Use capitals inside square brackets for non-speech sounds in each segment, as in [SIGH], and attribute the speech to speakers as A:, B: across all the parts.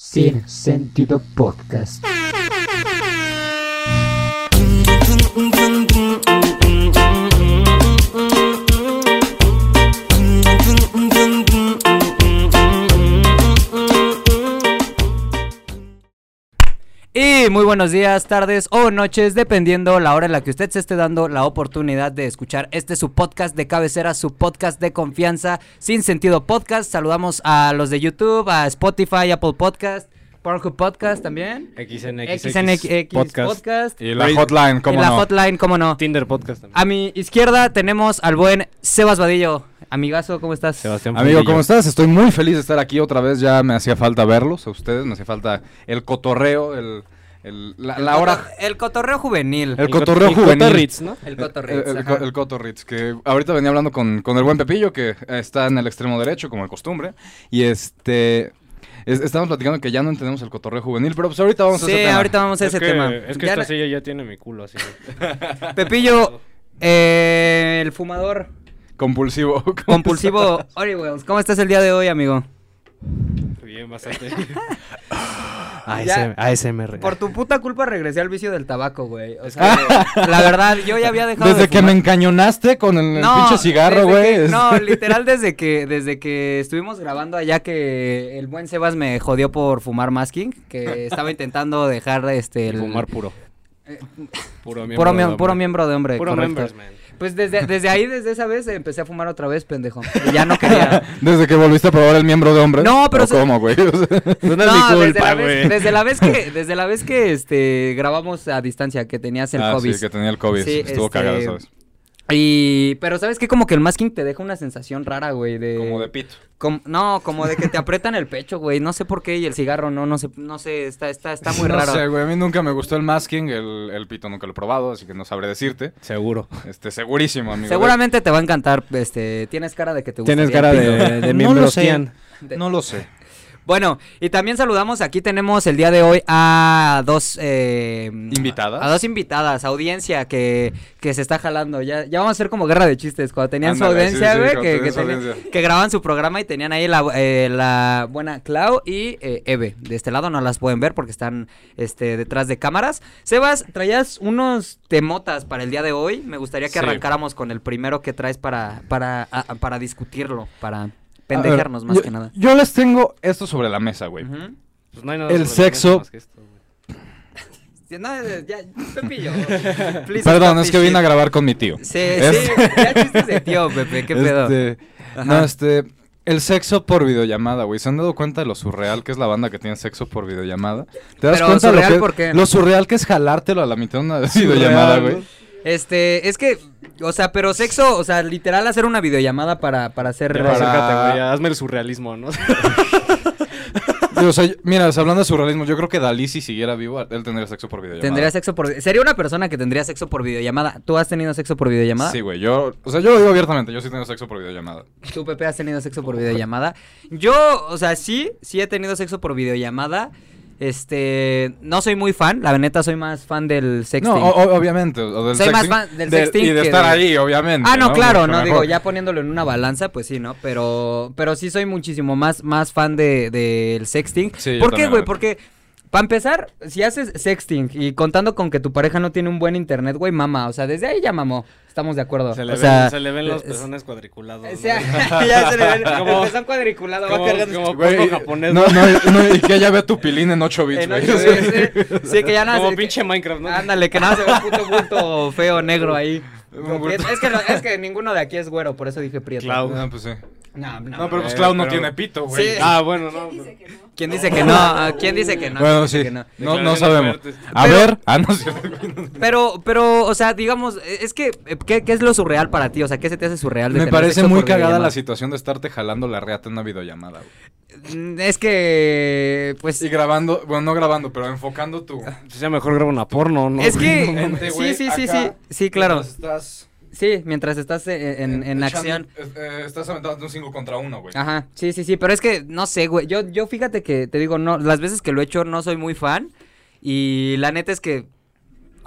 A: Sin Sentido Podcast.
B: Y muy buenos días, tardes o noches, dependiendo la hora en la que usted se esté dando la oportunidad de escuchar este su podcast de cabecera, su podcast de confianza, Sin Sentido Podcast. Saludamos a los de YouTube, a Spotify, Apple Podcast, Pornhub Podcast también.
C: XNX,
B: XNX podcast.
C: Y la
B: Radio-
C: hotline, cómo
B: y la
C: no.
B: hotline, cómo no.
C: Tinder Podcast también.
B: A mi izquierda tenemos al buen Sebas Vadillo. Amigazo, ¿cómo estás?
C: Sebastián
D: Amigo,
C: Fordillo.
D: ¿cómo estás? Estoy muy feliz de estar aquí otra vez. Ya me hacía falta verlos a ustedes, me hacía falta el cotorreo, el, el- la, la hora.
B: El cotorreo juvenil.
D: El
C: co-
D: cotorreo
C: el coto
D: juvenil.
C: Ritz, ¿no?
B: El
D: El,
B: cotorreo.
D: el
B: ajá.
D: co- el cotorritz, que ahorita venía hablando con, con el buen Pepillo, que eh, está en el extremo derecho, como de costumbre. Y este. es- estamos platicando que ya no entendemos el cotorreo juvenil, pero pues ahorita vamos a ese
B: Sí,
D: tema.
B: ahorita vamos a ese
C: es que,
B: tema.
C: Es que
B: Ya
C: esta
B: la-
C: silla ya tiene mi culo así. [LAUGHS]
B: Pepillo, eh, el fumador [LAUGHS]
D: Compulsivo.
C: [LAUGHS]
B: compulsivo Orwells, ¿cómo estás el día de hoy, amigo?
C: Bien, [LAUGHS] bastante.
B: Ya.
C: ASMR.
B: Por tu puta culpa regresé al vicio del tabaco, güey. O sea, [LAUGHS] la verdad, yo ya había dejado
D: Desde
B: de
D: que me encañonaste con el, el pinche cigarro,
B: desde
D: güey.
B: que-
C: [LAUGHS]
D: es-
B: No, literal, desde que, desde que estuvimos grabando allá que el buen Sebas me jodió por fumar masking, que
C: [LAUGHS]
B: estaba intentando dejar este... El,
C: Fumar puro. Puro miembro.
B: puro,
C: de
B: miem-
C: hombre.
B: puro miembro de hombre,
C: Puro
B: correcto.
C: members, man.
B: Pues desde, desde ahí, desde esa vez, empecé a fumar otra vez, pendejo. Y ya no
C: [LAUGHS]
B: quería...
D: [LAUGHS] Desde que volviste a probar el miembro de hombre.
B: No, pero
D: ¿O
B: se-
D: ¿Cómo, güey? [LAUGHS] O sea,
C: Pues no es
B: No,
C: mi
B: desde la
C: culpa,
B: vez,
C: güey.
B: desde la vez que, desde la vez que este grabamos a distancia, que tenías el
D: ah,
B: COVID.
D: sí, que tenía el COVID.
B: Sí,
D: Estuvo
B: este,
D: cagado, ¿sabes?
B: Y pero sabes que como que el masking te deja una sensación rara, güey, de
D: Como de pito.
B: com- no, como de que te aprietan el pecho, güey, no sé por qué y el cigarro no no sé, no sé, está está está muy
D: no
B: raro.
D: sé, güey. A mí nunca me gustó el masking. El, el pito nunca lo he probado, así que no sabré decirte.
C: Seguro.
D: Este, segurísimo, amigo.
B: Seguramente te va a encantar, este, tienes cara de que te gusta.
C: Tienes cara de, [LAUGHS] de
D: No
C: miembro
D: lo sé.
C: tian.
B: de-
D: No lo sé.
B: Bueno, y también saludamos, aquí tenemos el día de hoy a dos... eh,
D: ¿Invitadas?
B: A dos invitadas, audiencia que, que se está jalando. Ya, ya vamos a hacer como guerra de chistes. Cuando tenían su
D: Ándale,
B: audiencia,
D: sí, sí,
B: güey,
D: cuando
B: que,
D: tenían
B: que
D: su
B: tenían-
D: audiencia.
B: que grababan su programa y tenían ahí la, eh, la buena Clau y eh, Eve. De este lado no las pueden ver porque están este, detrás de cámaras. Sebas, traías unos temotas para el día de hoy. Me gustaría que
D: Sí.
B: arrancáramos con el primero que traes para, para, a- para discutirlo, para pendejearnos
D: A ver,
B: más
D: yo-
B: que nada.
D: Yo les tengo esto sobre la mesa, güey.
B: Ujú.
C: Pues no hay nada
D: El
C: sobre la mesa
D: sexo.
C: más que esto, güey.
B: Sí, No, eh, ya,
D: [LAUGHS]
B: Pepillo.
D: Perdón, es que vine a grabar con mi tío.
B: Sí, [LAUGHS]
D: Es- [LAUGHS]
B: sí, ya chistes de tío, Pepe, qué pedo.
D: Este,
B: Ajá.
D: no, este. El sexo por videollamada, güey. ¿Se han dado cuenta de lo surreal que es la banda que tiene sexo por videollamada? ¿Te das
B: Pero,
D: cuenta
B: ¿surreal
D: lo que,
B: por qué?
D: lo surreal que es jalártelo a la mitad de una videollamada, güey?
B: Este, es que, o sea, pero sexo, o sea, literal hacer una videollamada para, para hacer...
C: Ya,
D: Para-
C: acércate, güey, ya, Hazme el surrealismo, ¿no? [LAUGHS]
D: O sea, yo- mira, o sea, hablando de surrealismo, yo creo que Dalí, si siguiera vivo, él tendría sexo por videollamada.
B: Tendría sexo por... Sería una persona que tendría sexo por videollamada. ¿Tú has tenido sexo por videollamada?
D: Sí, güey. Yo, o sea, yo lo digo abiertamente. Yo sí tengo sexo por videollamada.
B: ¿Tú, Pepe, has tenido sexo por videollamada? Yo, o sea, sí, sí he tenido sexo por videollamada. Este, no soy muy fan, la neta soy más fan del sexting.
D: No, o- o- obviamente. o del
B: Soy más
D: sexting-
B: fan del sexting
D: Y de
B: que
D: estar
B: de-
D: ahí, obviamente.
B: Ah, no, claro,
D: Mucho
B: no, digo,
D: mejor.
B: ya poniéndolo en una balanza, pues sí, ¿no? Pero, pero sí soy muchísimo más, más fan del de, del sexting.
D: Sí, yo
B: ¿Por qué,
D: también,
B: güey?
D: la neta.
B: Porque, para empezar, si haces sexting y contando con que tu pareja no tiene un buen internet, güey, mama. O sea, desde ahí ya mamó. Estamos de acuerdo.
C: Se le,
B: o
C: ven,
B: sea,
C: se le ven los
B: es-
C: pezones cuadriculados.
B: o
C: ¿no?
B: sea, [LAUGHS]
C: [LAUGHS]
B: ya se le ven.
C: Como-
B: Empezó cuadriculado, va
C: Como,
B: cargando.
C: como
D: Güey,
C: porno japonés,
D: no, no, y- no, y que ya vea tu pilín en 8 bits,
B: En
D: güey.
B: ocho veces. Sí, que ya nada.
C: Como
B: se-
C: pinche Minecraft, ¿no?
B: Ándale, que nada se ve un puto bulto feo negro ahí.
D: Un bulto.
B: Es que, no- es que ninguno de aquí es güero, por eso dije prieto.
C: Clau.
D: Ah, pues sí.
B: No, no.
D: No, pero pues
C: Eh,
D: Clau no
C: pero-
D: tiene pito, güey.
B: Sí.
C: Ah, bueno, no.
B: ¿Quién dice que no? Ah, ¿Quién dice que no? ¿Quién
D: Bueno,
B: dice
D: sí.
B: que no?
D: No, no
C: Declaraciones
D: sabemos.
C: fuertes.
D: A
B: Pero-
D: ver. Ah, no, sí.
B: Pero, pero, o sea, digamos, eh, es que, eh, ¿qué, qué es lo surreal para ti? O sea, ¿qué se te hace surreal? de
D: Me
B: tener
D: parece
B: sexo
D: muy
B: por
D: cagada la
B: videollamada?
D: situación de estarte jalando la reata en una videollamada, güey.
B: Mm, Es que, pues,
D: Y grabando, bueno, no grabando, pero
B: [LAUGHS]
D: enfocando tu.
C: Sea Pues mejor graba una porno, ¿no?
B: es que,
D: no mames.
B: sí, sí, sí, sí,
D: Este Acá,
B: sí, claro.
D: mientras Estás
B: Sí, mientras estás eh, en, en,
D: echando-
B: acción. Ah,
D: eh, eh, estás aventando un 5 contra 1, güey.
B: Ajá, sí, sí, sí, pero es que, no sé, güey, yo, yo fíjate que, te digo, no, las veces que lo he hecho no soy muy fan y la neta es que,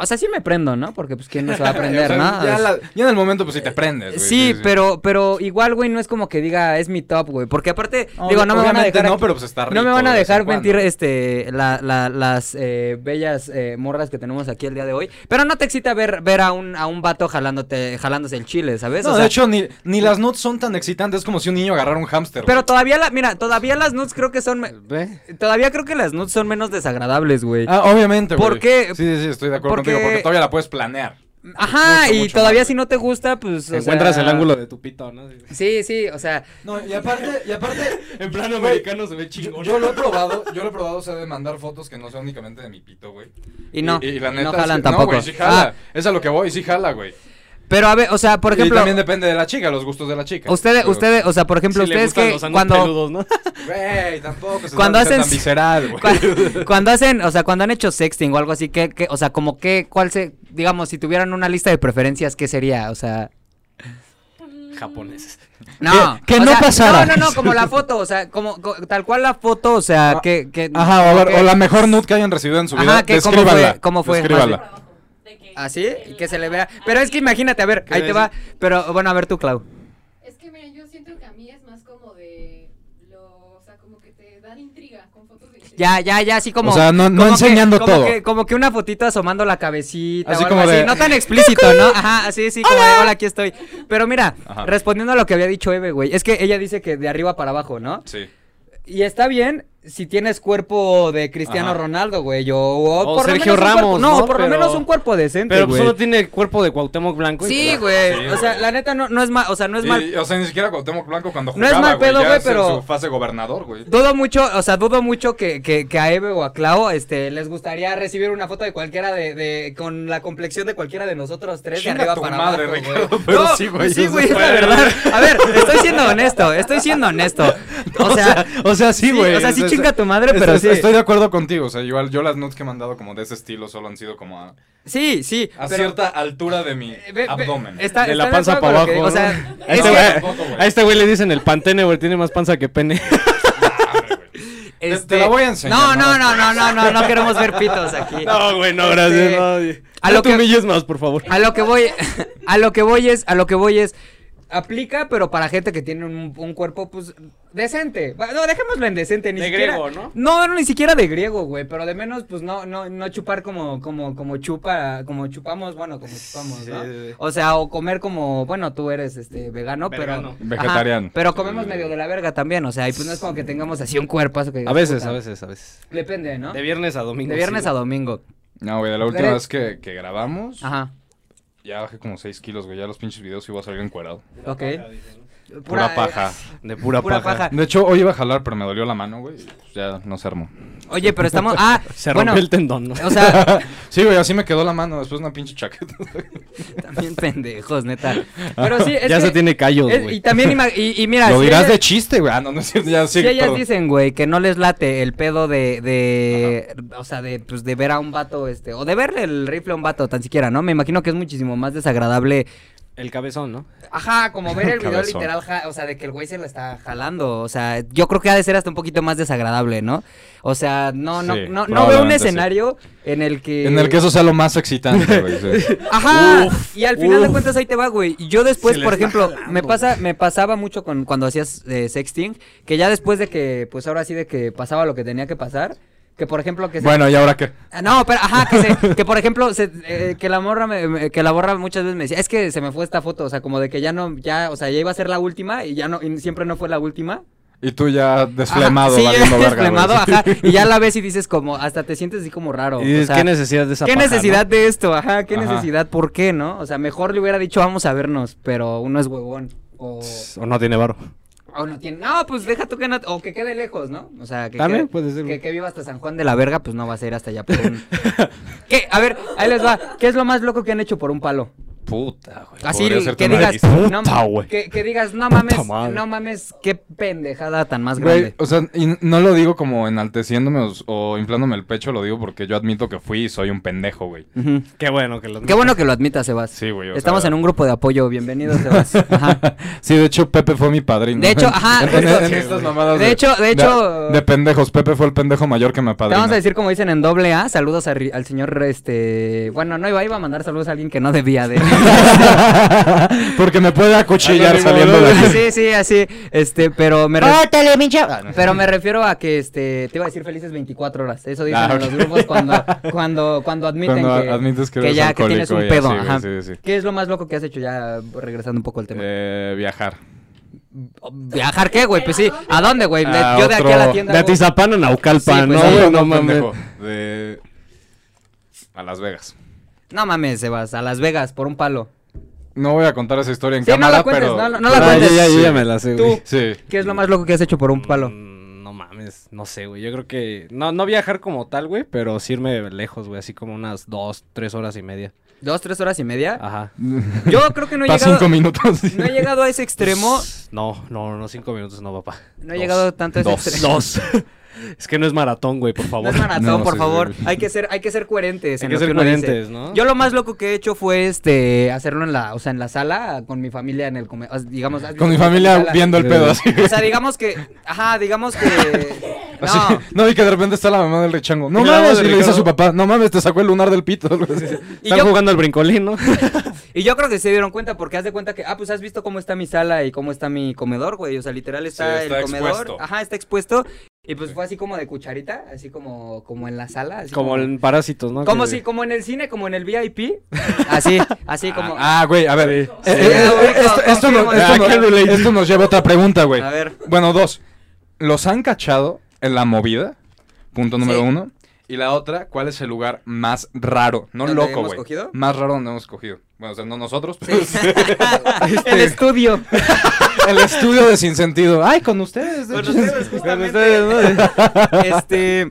B: O sea, sí me prendo, ¿no? Porque pues quién no
D: [LAUGHS]
B: se va a prender
D: O sea,
B: nada.
D: ya, la- ya en el momento, pues sí te prendes. güey,
B: Eh, Sí, pero, pero igual, güey, no es como que diga es mi top, güey. Porque aparte, digo, no me van a
D: obviamente
B: dejar.
D: no,
B: aquí-
D: pero pues está
B: no me
D: rico
B: van a
D: de vez en
B: dejar mentir
D: cuando.
B: este la- la- las eh, bellas eh, morras que tenemos aquí el día de hoy. Pero no te excita ver, ver a un a un vato jalándote, jalándose el chile, ¿sabes?
D: No,
B: O
D: de
B: sea,
D: hecho, ni, ni las nuts son tan excitantes. Es como si un niño agarrara un hámster.
B: Pero todavía la, mira, todavía las nudes creo que son me-
C: [LAUGHS] Ve.
B: todavía creo que las nudes son menos desagradables, güey.
D: Ah, obviamente, güey.
B: ¿Por qué?
D: Sí, sí, sí, estoy de
B: Porque-
D: acuerdo contigo. Porque todavía la puedes planear.
B: Ajá,
D: mucho,
B: y
D: mucho
B: todavía
D: más,
B: si no te gusta, pues o
C: Encuentras
B: sea,
C: el ángulo de tu pito, ¿no?
B: Sí, sí, o sea,
D: No, y aparte, y [LAUGHS] aparte.
C: En plano americano se ve chingón.
D: Yo lo he probado, yo lo he probado, o sea, de mandar fotos que no sean únicamente de mi pito, güey.
B: y no,
D: y, y la
B: y
D: neta
B: no
D: es que-
B: jalan tampoco.
D: güey, sí
B: Ah,
D: jala. Es a lo que voy, sí jala, güey.
B: pero a ver, o sea, por
D: y
B: ejemplo,
D: también depende de la chica, los gustos de la chica.
B: ustedes
D: Pero-
B: ustedes, o sea, por ejemplo,
C: Si le
B: ustedes
C: gustan
B: que
C: los anos
B: cuando [LAUGHS]
C: peludos, ¿no?
D: Güey, tampoco
B: Cuando
D: se cuando hacen
B: hacen-
D: tan visceral, güey.
B: Cu- cuando hacen, o sea, cuando han hecho sexting o algo así, ¿qué, qué- o sea, como que, cuál se, digamos, si tuvieran una lista de preferencias, ¿qué sería? O sea,
C: Japoneses.
B: no,
E: Que- que
B: o
E: no
B: sea,
E: pasara.
B: No, no, no, como la foto, o sea, como co- tal cual la foto, o sea, que, que
D: Ajá, o, a ver,
B: que-
D: o la mejor nude que hayan recibido en su
B: Ajá,
D: vida.
B: que cómo
D: descríbanla,
B: fue- cómo fue, más
D: descríbanla.
B: bien. así, que se le vea. Pero es que imagínate, a ver, ahí te va, pero bueno, a ver tú, Clau.
F: Es que mira, yo siento que a mí es más como de lo, o sea, como que te dan intriga con fotos de intriga.
B: Ya, ya, ya, así como.
E: O sea, no- no
B: como que-
E: enseñando
B: como
E: todo.
B: Que, como que una fotito asomando la cabecita.
D: Así
B: o algo
D: como
B: así.
D: de-
B: No tan explícito, ¿no? Ajá, así, sí, como de, hola, aquí estoy. Pero mira,
D: Ajá.
B: respondiendo a lo que había dicho Eve, güey, es que ella dice que de arriba para abajo, ¿no?
D: Sí.
B: Y está bien si tienes cuerpo de Cristiano
D: Ajá.
B: Ronaldo, güey, o, o
C: O
B: por lo menos
C: Sergio
B: un cuerpo-
C: Ramos,
B: no,
C: ¿no?
B: por lo
C: Pero-
B: menos un cuerpo decente,
C: Pero pues
B: güey.
C: solo tiene el cuerpo de Cuauhtémoc Blanco. y
B: Sí,
C: ya.
B: güey.
D: Sí,
B: o sea,
D: güey.
B: la neta no, no es mal, o sea, no es mal.
D: Y- o sea, ni siquiera Cuauhtémoc Blanco cuando
B: No
D: jugaba,
B: es mal
D: güey,
B: pedo,
D: ya
B: güey,
D: es en
B: pero-
D: su fase gobernador, güey.
B: Dudo mucho, o sea, dudo mucho que, que, que a Eve o a Clau este, les gustaría recibir una foto de cualquiera de, de- con la complexión de cualquiera de nosotros tres
D: Chinga
B: de arriba
D: tu
B: para
D: madre,
B: abajo,
D: Ricardo,
B: güey.
D: pero
B: No,
D: sí, güey,
B: Sí,
D: eso
B: güey, es
D: fue.
B: la verdad. A ver, estoy siendo honesto, estoy siendo
D: [LAUGHS]
B: honesto. O sea,
E: O sea, sí, güey.
B: o sea, sí
D: es-
B: chinga tu madre,
D: Es-
B: pero
D: es-
B: sí.
D: Estoy de acuerdo contigo, o sea, yo, yo las nudes que he mandado como de ese estilo solo han sido como a,
B: Sí, sí.
D: a
B: pero- Eh,
D: cierta altura de mi
B: Ve- ve-
D: abdomen.
B: está-
C: De
B: está
C: la panza
B: acuerdo
C: para abajo.
B: con lo que- o
C: [LAUGHS] ¿no?
B: sea,
C: a,
B: es
C: este
B: que-
C: güey,
D: tampoco, güey.
C: a este güey le dicen el pantene, güey. Tiene más panza que pene.
D: Te-
B: este-
D: te la voy a enseñar,
B: No, no,
D: no,
B: no, no, no, no, no queremos ver pitos aquí.
C: [LAUGHS] No, güey, no, gracias.
B: Este,
C: no.
B: a
C: No
B: lo
C: te
B: que-
C: humilles más, por favor.
B: A lo que voy, [LAUGHS] a lo que voy es, a lo que voy es, aplica, pero para gente que tiene un, un cuerpo, pues, decente. Va- No, dejémoslo en decente, ni
C: De
B: siquiera.
C: griego, ¿no?
B: No, no, ni siquiera de griego, güey, pero de menos, pues, no, no, no chupar como, como, como chupa, como chupamos, bueno, como chupamos, ¿no?
C: Sí, sí, sí.
B: O sea, o comer como, bueno, tú eres, este, vegano,
C: Vegano.
B: pero.
D: Vegetariano.
B: Ajá, pero comemos
D: Sí.
B: medio de la verga también, o sea, y pues no es como que tengamos así un cuerpazo que.
C: A veces,
B: puta.
C: a veces, a veces.
B: Depende, ¿no?
C: De
B: De,
C: viernes a domingo.
B: viernes
C: sí,
B: a
C: güey.
B: domingo.
D: No, güey, la última
B: Pero-
D: vez que, que grabamos,
B: Ajá,
D: ya bajé como 6 kilos, güey, ya los pinches videos iba a salir encuerado.
B: ok. Pura,
D: Pura paja.
C: De pura,
B: Pura
C: paja.
B: paja.
D: De hecho, hoy iba a jalar, pero me dolió la mano, güey, y pues ya no se armó.
B: Oye, pero estamos.
D: [LAUGHS]
B: Ah,
C: Se rompió
B: bueno,
C: el tendón, ¿no?
B: o sea,
D: Sí, güey, así me quedó la mano, después una
B: [LAUGHS]
D: pinche chaqueta.
B: también pendejos, neta. Pero sí, es
C: ya
B: que-
C: se tiene callos,
B: es-
C: güey.
B: y también, ima- y, y mira.
D: Lo
B: si
D: dirás
B: ellas-
D: de chiste, güey. Ah, no, no es cierto, ya sí,
B: si ellas
D: perdón.
B: dicen, güey, que no les late el pedo de, de o sea, de, pues, de ver a un vato, este, o de verle el rifle a un vato, tan siquiera, ¿no? Me imagino que es muchísimo más desagradable,
C: El cabezón, ¿no?
B: ajá,
D: [LAUGHS]
B: como ver el video
D: Cabezón.
B: literal, ja- o sea, de que el güey se la está jalando, o sea, yo creo que ha de ser hasta un poquito más desagradable, ¿no? O sea, no, no,
D: Sí,
B: no, no veo un
D: probablemente sí.
B: escenario en el que...
D: En el que eso sea lo más excitante, güey.
B: [LAUGHS]
D: sí.
B: Ajá.
C: Uf,
B: y al final de
C: uf.
B: cuentas ahí te va, güey. Y yo después,
C: Se le
B: por
C: está
B: ejemplo,
C: jalando,
B: me pasa, me pasaba mucho con cuando hacías eh, sexting, que ya después de que, pues ahora sí de que pasaba lo que tenía que pasar, que por ejemplo que se-
D: Bueno, ¿y ahora qué?
B: Ah, No, pero ajá, que, se- que por ejemplo, se- eh, que la morra me- me- que la borra muchas veces me decía, es que se me fue esta foto, o sea, como de que ya no, ya, o sea, ya iba a ser la última y ya no, y siempre no fue la última.
D: Y tú ya desflemado,
B: Ajá, sí,
D: valiendo verga, güey.
B: desflemado, ajá. Y ya la ves y dices como, hasta te sientes así como raro.
C: Y dices,
B: o sea,
C: ¿qué necesidad de esa
B: ¿Qué
C: paja,
B: necesidad de esto? Ajá, ¿qué
D: Ajá.
B: necesidad? ¿Por qué, no? O sea, mejor le hubiera dicho, vamos a vernos, pero uno es huevón. O,
C: no? O no tiene varo.
B: o no tiene. No, pues deja tú que no. O que quede lejos, ¿no? O sea, que.
C: También
B: quede-
C: puede
B: Que,
C: ser, güey.
B: que viva hasta San Juan de la Verga,
C: [LAUGHS]
B: pues no va a ser hasta allá por un. ¿Qué? A ver, ahí les va. ¿Qué es lo más loco que han hecho por un palo?
D: [LAUGHS] Puta, güey.
B: Así
D: podría ser
B: que
D: tu
B: digas,
D: nariz.
B: no,
C: Puta, güey.
B: que, que digas, no mames,
C: Puta madre.
B: no mames, qué pendejada tan más
D: Güey,
B: "Pues, grande.
D: o sea, y no lo digo como enalteciéndome o, o inflándome el pecho, lo digo porque yo admito que fui y soy un pendejo, güey.
B: Ujú.
C: Qué bueno que lo
B: Qué bueno que lo admitas, Sebas.
D: Sí, güey. o
B: Estamos
D: sea-
B: en un grupo de apoyo. Bienvenido,
C: [LAUGHS]
B: Sebas. Ajá.
D: [LAUGHS] Sí, de hecho, Pepe fue mi padrino.
B: De hecho, ajá,
D: En, en-
B: justo.
D: en estas mamadas.
B: De hecho- de hecho-
D: De, pendejos. Pepe fue el pendejo mayor que me
B: Te
D: apadrinó.
B: vamos a decir, como dicen en doble A, saludos a Ri- al señor, este... Bueno, no, iba, iba a mandar saludos a alguien que no debía de...
D: [LAUGHS] Porque me [LAUGHS] puede acuchillar
C: Anónimo,
D: saliendo de aquí.
B: sí, sí, así, este, pero me... re- Ah,
A: ¡Córtale, mi chavo!
B: Pero me refiero a que este te iba a decir felices 24 horas. Eso dicen
D: Ah,
B: en los
D: ok.
B: grupos
D: [LAUGHS]
B: cuando cuando cuando admiten
D: Cuando
B: que
D: admites que eres
B: ya que tienes un
D: alcohólico y
B: pedo,
D: así, güey,
B: ajá.
D: sí, sí.
B: ¿Qué es lo más loco que has hecho ya regresando un poco al tema? Oh,
D: Eh, viajar.
B: ¿Viajar qué, güey? Pues sí,
F: ¿A dónde?
B: ¿a dónde, güey? De-
D: A
B: Yo de aquí a la
D: otro-
B: tienda.
C: De
B: güey.
C: Atizapán a Naucalpan,
B: Sí, pues,
C: ¿no?
B: sí.
C: güey? No, mames.
D: pendejo. De. A Las Vegas.
B: No mames, Sebas, a Las Vegas por un palo.
D: No voy a contar esa historia en
B: Sí, no la
D: cámara,
B: cuentes,
D: pero.
B: no, no la
C: Ah,
B: cuentes.
C: yo ya, yo ya me la sé,
B: Tú.
C: güey.
D: Sí.
B: ¿Qué es lo más loco que has hecho por un palo?
C: Mm, No mames, no sé, güey. Yo creo que. No, no viajar como tal, güey, pero sí irme lejos, güey. Así como unas dos, tres horas y media.
B: ¿Dos, tres horas y media?
C: Ajá.
B: Yo creo que no he
D: Pa'
B: llegado
D: Ah. cinco minutos.
B: [LAUGHS] no he llegado a ese extremo.
C: No, no, no, cinco minutos no, papá.
B: No he llegado tanto a ese extremo.
C: Dos. es que no es maratón, güey, por
B: No
C: favor.
B: es maratón,
D: No,
B: por
D: sí,
B: favor.
D: sí.
B: Hay que ser, hay que ser coherentes.
C: Hay
B: en
C: que
B: lo
C: ser
B: uno dice.
C: coherentes, ¿no?
B: Yo lo más loco que he hecho fue este hacerlo en la, o sea, en la sala con mi familia en el come- o sea, digamos. ¿has
D: Con mi
B: visto
D: familia
B: sala?
D: viendo el pedo así.
B: O sea, digamos que, ajá, digamos
D: [LAUGHS]
B: que.
D: Así,
B: No.
D: no. y que de repente está la mamá del rechango. No
C: Y la mamá
D: mames, y
C: de
D: le dice a su
C: Ricardo.
D: papá, no mames, te sacó el lunar del pito. [LAUGHS]
B: Y
C: Están
B: yo,
C: jugando al brincolín, ¿no? [LAUGHS]
B: y yo creo que se dieron cuenta porque haz de cuenta que, ah, pues has visto cómo está mi sala y cómo está mi comedor, güey. O sea, literal está,
D: Sí, está
B: el comedor.
D: expuesto.
B: Ajá, está expuesto. Y pues fue así como de cucharita, así como, como en la sala. Así
C: como en Parásitos, ¿no?
B: Como
C: Que-
B: si, como en el cine, como en el [LAUGHS] VIP. Así, así como.
D: ah, güey, a ver. eh,
B: Sí,
D: eh,
B: güey,
D: eh, esto,
B: no,
D: esto no-
B: confirmo,
D: esto
B: I can
D: no- esto nos lleva a otra pregunta, güey.
B: A ver.
D: Bueno, dos. ¿Los han cachado en la movida? Punto número
B: Sí.
D: uno. Y la otra, ¿cuál es el lugar más raro? No
B: ¿Dónde
D: loco,
B: hemos
D: güey.
B: cogido?
D: Más raro donde hemos cogido. Bueno, o sea, no nosotros. pero
B: Sí. [LAUGHS] el estudio.
D: [LAUGHS] el estudio de Sin Sentido. Ay, con ustedes. de
B: Con
D: hecho.
B: ustedes, justamente. [LAUGHS] este.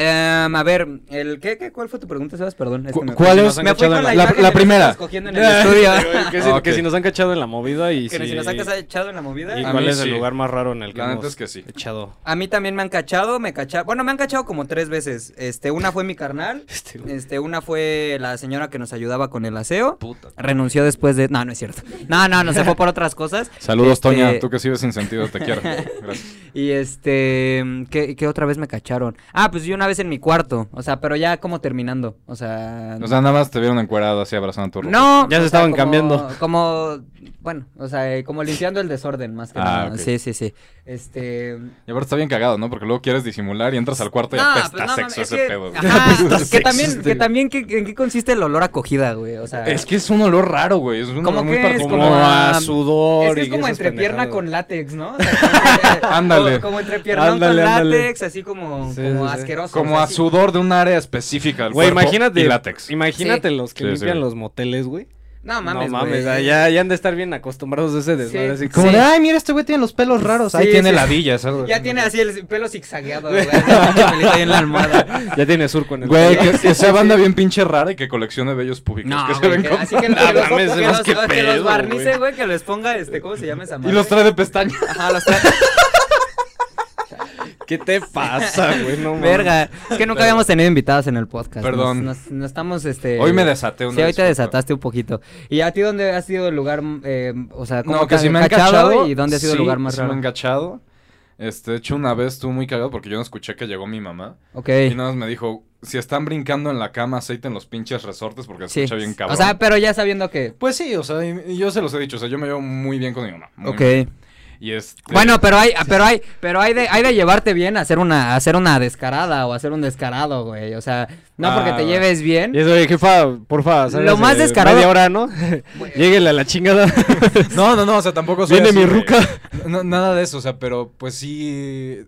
B: em, a ver, el ¿qué, qué, ¿cuál fue tu pregunta, Sebas? Perdón. es que
D: Cu-
B: me-
D: ¿Cuál
C: si
D: es?
C: nos han
B: Me fui
C: cachado
B: con
C: en
B: la,
D: la-
B: imagen
D: la
B: de que
D: primera.
B: estabas cogiendo en [LAUGHS] el estudio.
C: que, si,
D: [LAUGHS] Ah, ok.
C: que si nos han cachado en la movida y
B: que
C: si...
B: si nos han cachado en la movida. Ah,
C: ¿Y
D: A
C: cuál
D: mí
C: es
D: sí.
C: el lugar más raro en el que
D: La neta
C: hemos
D: es que sí.
C: echado?
B: A mí también me han cachado, me cachado. Bueno, me han cachado como tres veces. Este, una fue mi
D: [LAUGHS]
B: carnal.
C: Este, güey.
B: Este, una fue la señora que nos ayudaba con el aseo.
D: Puta.
B: Renunció después de. No, no es cierto. No, no, no se fue por otras cosas.
D: [LAUGHS] Saludos,
B: Este,
D: Toña. Tú que sigues Sin Sentido, te quiero. Gracias.
B: Y este, ¿qué, qué otra vez me cacharon? Ah, pues yo una vez en mi cuarto, o sea, pero ya como terminando, o sea...
D: O sea, nada más te vieron encuerado así abrazando a tu ropa.
B: no.
C: Ya
B: o
C: se estaban
B: como-
C: cambiando.
B: [LAUGHS] Como, bueno, o sea, eh, como limpiando el desorden, más que
D: Ah,
B: nada.
D: ok.
B: Sí, sí, sí. Este...
D: Y aparte está bien cagado, ¿no? Porque luego quieres disimular y entras al cuarto y
B: no,
D: apesta
B: pues no, mames,
D: sexo
B: es
D: ese
B: que-
D: pedo.
B: [LAUGHS]
D: güey.
B: ajá, pues,
C: Apesta
B: que
C: sexo,
B: también, que
C: digo.
B: también, que- ¿en qué consiste el olor a cogida, güey? O sea...
D: [LAUGHS] Es que es un olor raro, güey. Es un
B: ¿Cómo
D: olor muy
B: que es?
D: particular.
C: Como
B: como
C: a,
B: a-
C: sudor
B: Es que es
C: y
B: como
C: esas
B: entre pierna
C: pendejadas.
B: con látex, ¿no?
D: [LAUGHS]
B: O sea, como-
D: Ándale.
B: Como, entre pierna con
C: Ándale, ándale.
B: látex, así como,
C: Sí,
B: como
C: sí, sí.
B: asqueroso. o
D: Como
B: sea,
D: a
B: sí.
D: sudor de un área específica del
C: Güey,
D: cuerpo
C: imagínate,
D: y látex.
C: imagínate los que
D: Sí, sí,
C: limpian
D: güey.
C: los moteles, güey.
B: No mames,
C: no mames,
B: güey.
C: ya, ya han de estar bien acostumbrados a ese desmadre.
B: Sí.
C: así como
B: Sí.
C: de, ay, mira, este güey tiene los pelos raros.
B: Sí,
C: Ahí tiene
B: sí.
C: la villa, algo.
B: Ya tiene así el pelo zigzagueado, güey. Pelito ahí en la almohada.
C: "Ah, Ya tiene surco en el
D: [LAUGHS] Güey,
C: pelo.
D: que, que sea banda bien pinche rara y que coleccione bellos públicos.
B: No,
D: que se
B: güey,
D: ven
B: que-
D: como-
B: así que,
C: No
B: que los,
C: mames,
B: que
C: no,
B: los-
C: qué
B: que los
C: pedo,
B: barnice,
C: güey.
B: güey, que les ponga este, ¿cómo se llama esa
D: [LAUGHS] Y
B: madre?
D: los trae de pestaña.
B: [LAUGHS] Ajá, los trae.
C: ¿Qué te pasa, güey? No mames.
B: Verga, es que nunca habíamos tenido invitados en el podcast.
D: Perdón.
B: Nos, nos- nos estamos, este...
D: Hoy me desaté una
B: Sí, hoy te
D: disculpa.
B: desataste un poquito. ¿Y a ti dónde ha sido el lugar, eh, o sea, cómo
D: No, Ah, que
B: te
D: si
B: han
D: me han
B: cachado
D: cachado.
B: y dónde ha sido el
D: sí,
B: lugar más
D: sí
B: raro?
D: me han cachado. Este, de hecho, una vez estuvo muy cagado porque yo no escuché que llegó mi mamá.
B: Ok.
D: Y nada más me dijo, si están brincando en la cama, aceiten los pinches resortes porque se
B: Sí.
D: escucha bien cabrón.
B: O sea, pero ya sabiendo que...
D: Pues sí, o sea, y- y yo se los he dicho, o sea, yo me llevo muy bien con mi mamá. muy
B: Ok.
D: bien. Y este...
B: Bueno, pero hay, pero hay, pero hay de, hay de llevarte bien a hacer una, a hacer una descarada o a hacer un descarado, güey. O sea, no porque
D: Ah,
B: te
D: va.
B: lleves bien.
C: Y eso, oye, jefa, porfa, ¿sabes?
B: Lo más
C: Eh,
B: descarado-
C: Media hora, ¿no? Lléguele a la [LAUGHS] chingada.
D: [LAUGHS] No, no, no, o sea, tampoco soy
C: Viene
D: así
C: mi
D: de-
C: ruca.
D: No, nada de eso, o sea, pero pues sí...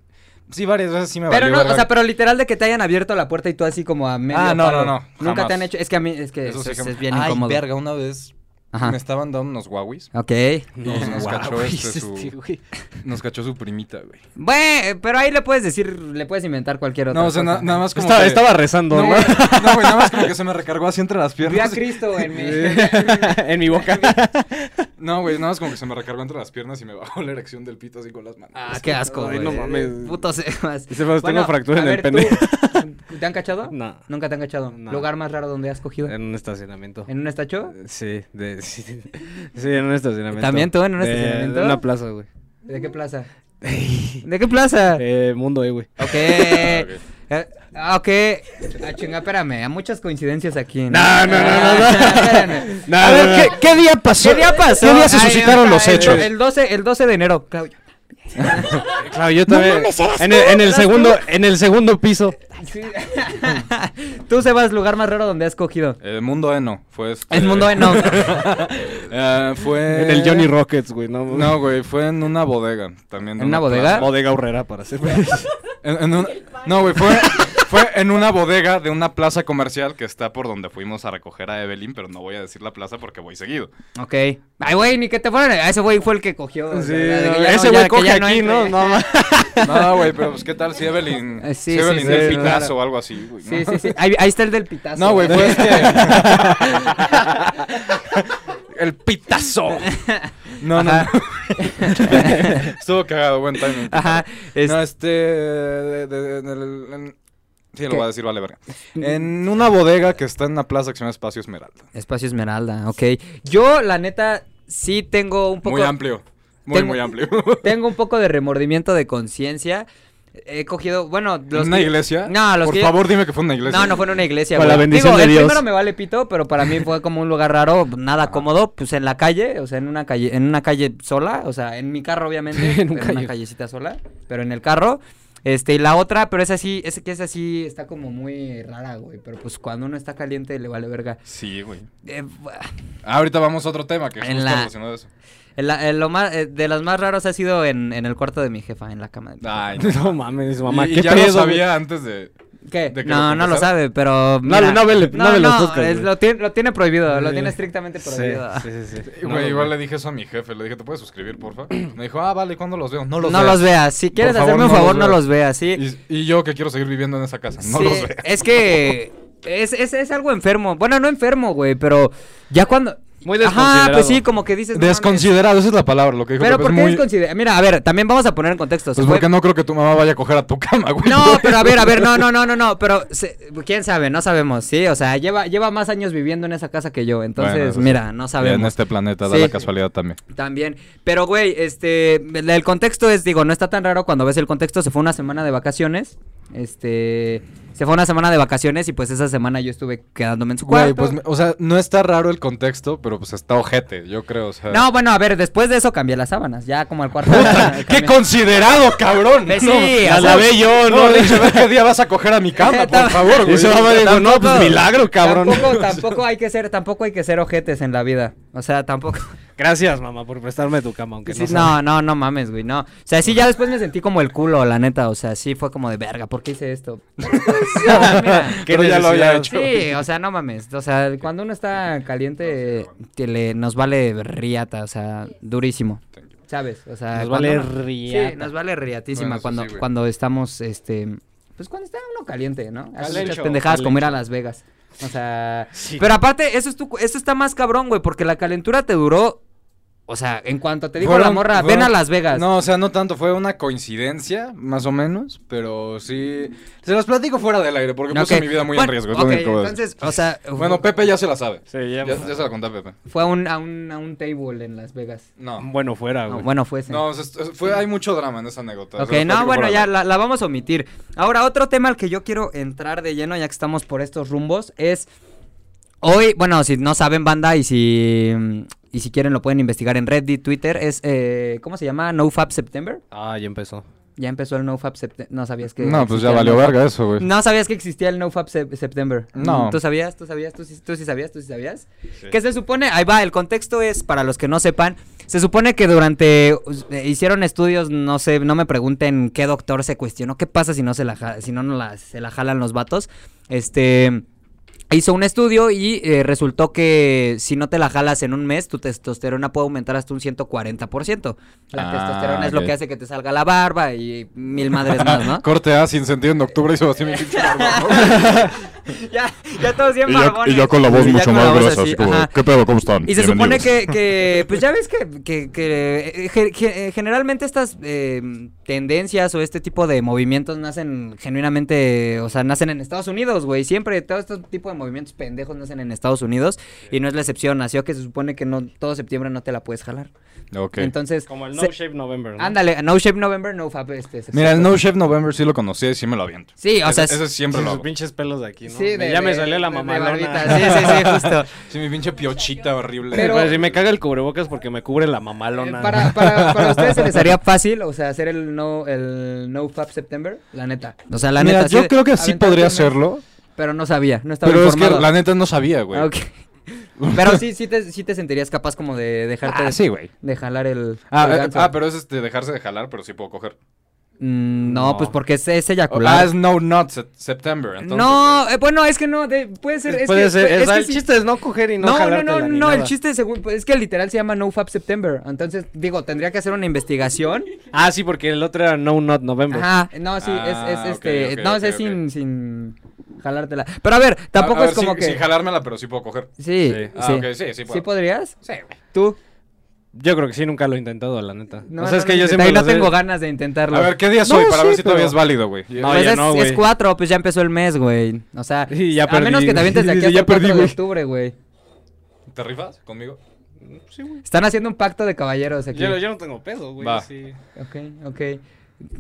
D: Sí, varias veces sí me
B: Pero
D: valió
B: no,
D: verga.
B: o sea, pero literal de que te hayan abierto la puerta y tú así como a medio
D: Ah, no,
B: palo.
D: no, no,
B: Nunca te
D: jamás.
B: han hecho, es que a mí, es que
D: Eso
B: eso
D: sí
B: es,
D: que-
B: es bien
D: Ay,
B: incómodo.
D: verga, una vez
B: Ajá.
D: Me estaban dando unos Huawei's.
B: Ok.
C: [LAUGHS]
D: Nos, nos cachó
C: Guau,
D: este, su,
C: este, güey.
D: nos cachó su primita, güey.
B: Bueno, pero ahí le puedes decir, le puedes inventar cualquier otra
D: No, o sea,
B: cosa.
D: na- nada más como
C: Estaba-
D: que-
C: Estaba rezando,
D: No,
C: ¿no?
D: güey,
B: [LAUGHS]
D: no, güey, nada más como que se me recargó así entre las
B: Vi a
D: piernas.
B: Cristo
C: [LAUGHS]
B: en mi...
C: en mi [LAUGHS] boca.
D: No, güey, nada más como que se me recargó entre las piernas y me bajó la erección del pito así con las manos.
B: Ah, qué asco,
C: Ay,
B: güey.
C: no mames.
B: Puto [LAUGHS] Sebas.
C: Sebas, tengo fractura
B: a
C: en el
B: ver,
C: pendejo.
B: ¿tú- ¿Te han [LAUGHS] cachado?
C: No.
B: Nunca te han cachado.
C: No.
B: ¿Lugar más raro donde has cogido?
C: En un estacionamiento.
B: ¿En un estacho?
C: Sí, de- [LAUGHS] sí, sí, en un estacionamiento.
B: ¿También tú en un
C: De-
B: estacionamiento?
C: De una plaza, güey.
B: ¿De qué [LAUGHS] plaza? ¿De qué plaza?
C: Eh, mundo, eh, güey.
B: Ok. Eh, ah, [LAUGHS] ok. Ah, chinga, espérame. Hay muchas coincidencias aquí.
C: No, no, no, no, [LAUGHS]
B: [LAUGHS]
C: no.
B: Espérame.
C: No,
B: A
C: no,
B: ver,
C: no.
B: ¿qué, qué día pasó? ¿Qué día pasó?
E: ¿Qué día se
B: Ay,
E: suscitaron
B: ahorita,
E: los
B: el-
E: hechos?
B: El 12, el 12 de enero, Claudio.
C: Claro, yo también. en, el, en el segundo, en el segundo piso.
B: [LAUGHS] Tú, Sebas, lugar más raro donde has cogido.
D: El mundo eno fue este.
B: El mundo no.
D: [LAUGHS]
C: [LAUGHS]
D: Eh, fue.
C: En el Johnny Rockets, güey. No,
D: No, güey, fue en una bodega también. de
B: ¿En una
D: plaza.
B: bodega?
C: Bodega horrera para [LAUGHS] ser.
D: En- en un- No, güey, fue, fue en una bodega de una plaza comercial que está por donde fuimos a recoger a Evelyn, pero no voy a decir la plaza porque voy seguido.
B: Ok. Ay, güey, ni que te fueran. a- Ese güey fue el que cogió. o
C: Sí,
B: sea, de que
C: no,
B: ya no,
C: ese
B: ya-
C: güey
B: que
C: coge
B: ya no
C: aquí, ¿no?
B: entre. [LAUGHS]
C: No, [LAUGHS] ma-
D: No, güey, pero pues qué tal si Evelyn.
B: Eh, [LAUGHS] sí,
D: si
B: sí,
D: Evelyn
B: sí,
D: es
B: sí,
D: Picasso
B: claro.
D: o algo así, güey. ¿no?
B: Sí, sí, sí. Ahí, ahí está el del pitazo.
D: No, güey, pues, fue
B: [LAUGHS]
D: este.
C: El pitazo.
D: No, no. [LAUGHS] Estuvo cagado, buen timing.
B: Ajá. es-
D: No, este. de- de- de- de- en- sí, lo
B: ¿Qué? Mm,
D: voy a decir, vale, verga. En una bodega que está en una plaza que se llama Espacio Esmeralda.
B: Espacio Esmeralda, ok. Yo, la neta, sí tengo un poco.
D: Muy amplio. Muy,
B: Tengo-
D: muy amplio.
B: [LAUGHS] Tengo un poco de remordimiento de conciencia. He cogido, bueno, los
D: ¿Una
B: que-
D: iglesia?
B: No, los
D: Por
B: que-
D: favor, dime que fue una iglesia.
B: No, no fue en una iglesia.
C: Con la
B: güey.
C: bendición
B: Digo,
C: de
B: el
C: Dios.
B: primero me vale pito, pero para mí fue como un lugar raro, nada cómodo, pues en la calle, o sea, en una calle, en una calle sola, o sea, en mi carro obviamente,
C: [LAUGHS] En
B: pero
C: un
B: en
C: calle.
B: una callecita sola, pero en el carro. Este, y la otra, pero esa sí, esa que es así, está como muy rara, güey, pero pues cuando uno está caliente le vale verga.
D: Sí, güey.
B: Eh,
D: Ah, ahorita vamos a otro tema que es
B: En
D: justo
B: la-
D: relacionado a eso.
B: la- eh, lo más, eh, de las más raras ha sido en, en el cuarto de mi jefa, en la cama de mi
D: Ay,
C: [LAUGHS]
D: [LAUGHS]
C: No mames, mamá.
D: y, y
C: ¿Qué
D: ya lo
C: pedo, güey?
D: sabía antes de.
B: ¿Qué?
D: ¿De qué
B: No,
D: lo
B: no lo
D: confesar?
B: sabe, pero.
C: No, no vele- no vele los podcasts,
B: es-
C: güey.
B: lo, tiene, lo tiene prohibido, lo
C: Sí.
B: tiene estrictamente prohibido.
C: Sí, sí, sí. sí.
D: Güey, igual le dije eso a mi jefe. Le dije, ¿te puedes suscribir, porfa? Me dijo, ah, vale, ¿cuándo los veo? No los
B: no
D: veo.
B: los veas. Si quieres
D: favor,
B: hacerme un
D: no
B: favor,
D: los
B: no
D: veas.
B: los veas, sí.
D: Y, y yo que quiero seguir viviendo en esa casa. No
B: Sí,
D: los veo.
B: Es que. Es, es, es algo enfermo. Bueno, no enfermo, güey, pero ya cuando.
C: Muy
B: Ajá, pues
C: desconsiderado.
B: sí, como que [LAUGHS] dices. no mames.
D: Desconsiderado, esa es la palabra, lo que dijo
B: Pero
D: Pepe, es
B: ¿por qué
D: muy-
B: desconsiderado? Mira, a ver, también vamos a poner en contexto.
D: Pues
B: se
D: porque
B: fue-
D: no creo que tu mamá vaya a coger a tu cama, güey.
B: [LAUGHS] No,
D: [LAUGHS]
B: pero a ver, a ver, no, no, no, no, no, pero se- quién sabe, no sabemos, sí, o sea, lleva, lleva más años viviendo en esa casa que yo, entonces,
D: eso sí.
B: mira, no
D: Y pues, En
B: sabemos.
D: este planeta da
B: Sí.
D: la casualidad también.
B: También. Pero, güey, este. El el contexto es, digo, no está tan raro cuando ves el contexto. Se fue una semana de vacaciones. Este. Se fue una semana de vacaciones y pues esa semana yo estuve quedándome en su cuarto.
D: Güey, pues, me- o sea, no está raro el contexto, pero pues está ojete, yo creo, o sea.
B: No, bueno, a ver, después de eso cambié las sábanas. Ya como al cuarto. [LAUGHS]
D: [LAUGHS] ¡Puta! ¡Qué
B: cambié-
D: considerado, cabrón! [LAUGHS]
B: Pues sí,
D: no,
B: o
D: la
B: sea-
D: lavé yo, no, de hecho, ve qué día vas a coger a mi [LAUGHS] cama, por favor, güey.
C: Y su mamá dijo, no, pues milagro, cabrón.
D: [LAUGHS]
B: Tampoco, tampoco hay que ser, tampoco hay que ser ojetes en la vida. O sea, tampoco.
C: [LAUGHS] Gracias, mamá, por prestarme tu cama, aunque
B: Sí,
C: no. sea-
B: no, no, no mames, güey, no. O sea, sí, ya después me sentí como el culo, la neta. O sea, sí fue como de verga, ¿por qué hice
D: [LAUGHS]
B: esto? [LAUGHS] Mira.
C: Qué
D: Pero ya lo había
C: necesidad.
D: hecho.
B: Sí, o sea, no mames. O sea, cuando uno está caliente, te le- nos vale riata, o sea, durísimo. ¿Sabes? O sea,
C: Nos
B: cuando
C: vale
B: uno-
C: riata.
B: Sí, nos vale riatísima
D: Bueno, eso
B: cuando,
D: sí, güey.
B: cuando estamos, este. Pues cuando está uno caliente, ¿no? Haces muchas
D: Calecho,
B: pendejadas como ir a Las Vegas. O sea.
C: Sí.
B: Pero aparte, eso, es tu, eso está más cabrón, güey, porque la calentura te duró. O sea, en cuanto te dijo la
D: Fueron-
B: morra, ven
D: fueron-
B: a Las Vegas.
D: No, o sea, no tanto, fue una coincidencia, más o menos, pero sí. Se las platico fuera del aire, porque
B: No,
D: puse
B: ok.
D: mi vida muy
B: Bueno,
D: en riesgo. es
B: ok,
D: lo único que voy a decir.
B: entonces, o sea.
D: Bueno, Pepe ya se la sabe.
C: Sí, ya,
D: Ya, ya se la conté a Pepe.
B: Fue a un, a, un, a un table en Las Vegas.
D: No.
C: Bueno, fuera, güey.
B: No, bueno, fue ese.
D: Ah, No, o sea, es- fue, hay mucho drama en esa anécdota. se
B: Ok,
D: las
B: no,
D: platico
B: bueno,
D: fuera
B: ya
D: del-
B: la, la vamos a omitir. Ahora, otro tema al que yo quiero entrar de lleno, ya que estamos por estos rumbos, es hoy, bueno, si no saben banda y si y si quieren lo pueden investigar en Reddit, Twitter, es, eh, ¿cómo se llama? NoFap September.
C: Ah, ya empezó.
B: Ya empezó el NoFap September. No sabías que...
D: No, pues
B: existía
D: ya
B: el
D: valió
B: NoFap.
D: verga eso, [LAUGHS] güey.
B: No sabías que existía el NoFap Sep- September.
D: No.
B: ¿Tú sabías? ¿Tú sabías? ¿Tú sí, tú sí sabías? ¿Tú sí sabías? Que se supone, ahí va, el contexto es, para los que no sepan, se supone que durante, us- eh, hicieron estudios, no sé, no me pregunten qué doctor se cuestionó, qué pasa si no se la, ja- si no, no la- se la jalan los vatos, este... Hizo un estudio y eh, resultó que si no te la jalas en un mes, tu testosterona puede aumentar hasta un 140%. La
D: Ah,
B: testosterona es lo
D: ok.
B: que hace que te salga la barba y mil madres más, ¿no?
D: Corte A sin sentido en octubre
B: [LAUGHS]
D: hizo así mi pinche barbón.
B: ya, ya todos bien
E: Y ya,
B: barbones.
E: y ya con la voz
B: Y ya
E: mucho
B: con la
E: más
B: voz
E: gruesa, así,
B: así,
E: como, de,
B: ajá.
E: ¿qué pedo? ¿Cómo están?
B: Y se supone
E: Bienvenidos".
B: que, que, pues ya ves que, que- que, eh, ge- ge- eh, generalmente estas eh, tendencias o este tipo de movimientos nacen genuinamente, o sea, nacen en Estados Unidos, güey. Siempre todo este tipo de movimientos pendejos nacen en Estados Unidos y no es la excepción. Nació que se supone que no todo septiembre no te la puedes jalar.
D: Ok.
B: Entonces,
C: Como el No
B: se-
C: Shape November. ¿no?
B: ándale, No Shape November, No Fab. Este, septiembre.
D: Mira, el No Chef November sí lo conocí y sí me lo aviento.
B: Sí, o sea,
D: ese, ese siempre
C: Con
D: lo
C: sus
D: hago.
C: pinches pelos de aquí, ¿no?
B: sí,
C: Me-
B: de-
C: ya me
B: de-
C: salió la
B: de- de
C: mamá.
B: barbita. Sí,
C: [LAUGHS]
B: sí, sí, justo.
D: Sí, mi pinche piochita horrible.
B: Pero-
C: Pero Pues, si me caga el cubrebocas porque me cubre la mamalona.
B: Para,
C: [LAUGHS]
B: para, para ustedes se les haría fácil, o sea, hacer el no, el no Fab September, la neta. O sea, la
D: Mira,
B: neta.
D: yo
B: de-
D: creo que sí
B: aventarte
D: podría
B: una-
D: hacerlo.
B: Pero no sabía, no estaba
D: Pero es que
B: informado.
D: la neta no sabía, güey.
B: Ah, ok. [LAUGHS] Pero sí, sí te, sí te sentirías capaz como de dejarte
D: Ah,
B: de,
D: sí, güey.
B: de jalar el.
D: Ah,
B: el
D: eh,
B: ganso.
D: ah, pero es este dejarse de jalar, pero sí puedo coger.
B: Mm, no,
C: No.
B: pues porque es, es
D: Ah,
B: eyacular.
D: es no not se- September. entonces,
B: no,
C: pues.
B: eh, bueno, es que no, de- puede ser. Es
C: Puede
B: que,
C: ser.
B: es
C: o sea,
B: que
C: el
B: sí-
C: chiste es no coger y no
B: No, no,
C: jalártela
B: no,
C: ni
B: no, el
C: nada.
B: chiste según- pues, es que literal se llama No Fab September. Entonces, digo, tendría que hacer una investigación
C: Ah, sí, porque el otro era No Not November.
B: Ajá, no, sí, es,
D: Ah,
B: es
D: ok,
B: este.
D: ok,
B: no,
D: ok,
B: es
D: ok.
B: sin, sin jalártela. Pero a ver,
D: A-
B: tampoco
D: a
B: es
D: ver,
B: como
D: sin-
B: que.
D: Sin jalármela, pero sí puedo coger.
B: Sí, sí.
C: Sí.
D: Ah, ok, sí, sí
B: ¿Sí
D: puedo.
B: podrías?
D: Sí, güey.
B: ¿Tú?
C: Yo creo que sí, nunca lo he intentado, la neta. No, o sea, es que yo
B: intenté,
C: siempre
B: y no
C: los he-
B: tengo ganas de intentarlo.
D: A ver, ¿qué día
C: No,
D: soy? Para
C: sí,
D: ver si todavía
C: pero-
D: es válido, güey.
C: No,
B: Pues
C: ya
B: es,
C: no,
B: es
C: güey.
B: cuatro, pues ya empezó el mes, güey. O sea,
C: [LAUGHS] Sí, ya
B: a menos
C: perdí.
B: que te avientes de aquí hasta
C: Ya
B: el 4
C: perdí,
B: de
C: güey.
B: octubre, güey.
D: ¿Te rifas conmigo?
C: Sí, güey.
B: Están haciendo un pacto de caballeros aquí.
C: Yo, yo no tengo peso, güey.
D: Va.
C: sí.
B: Ok, ok.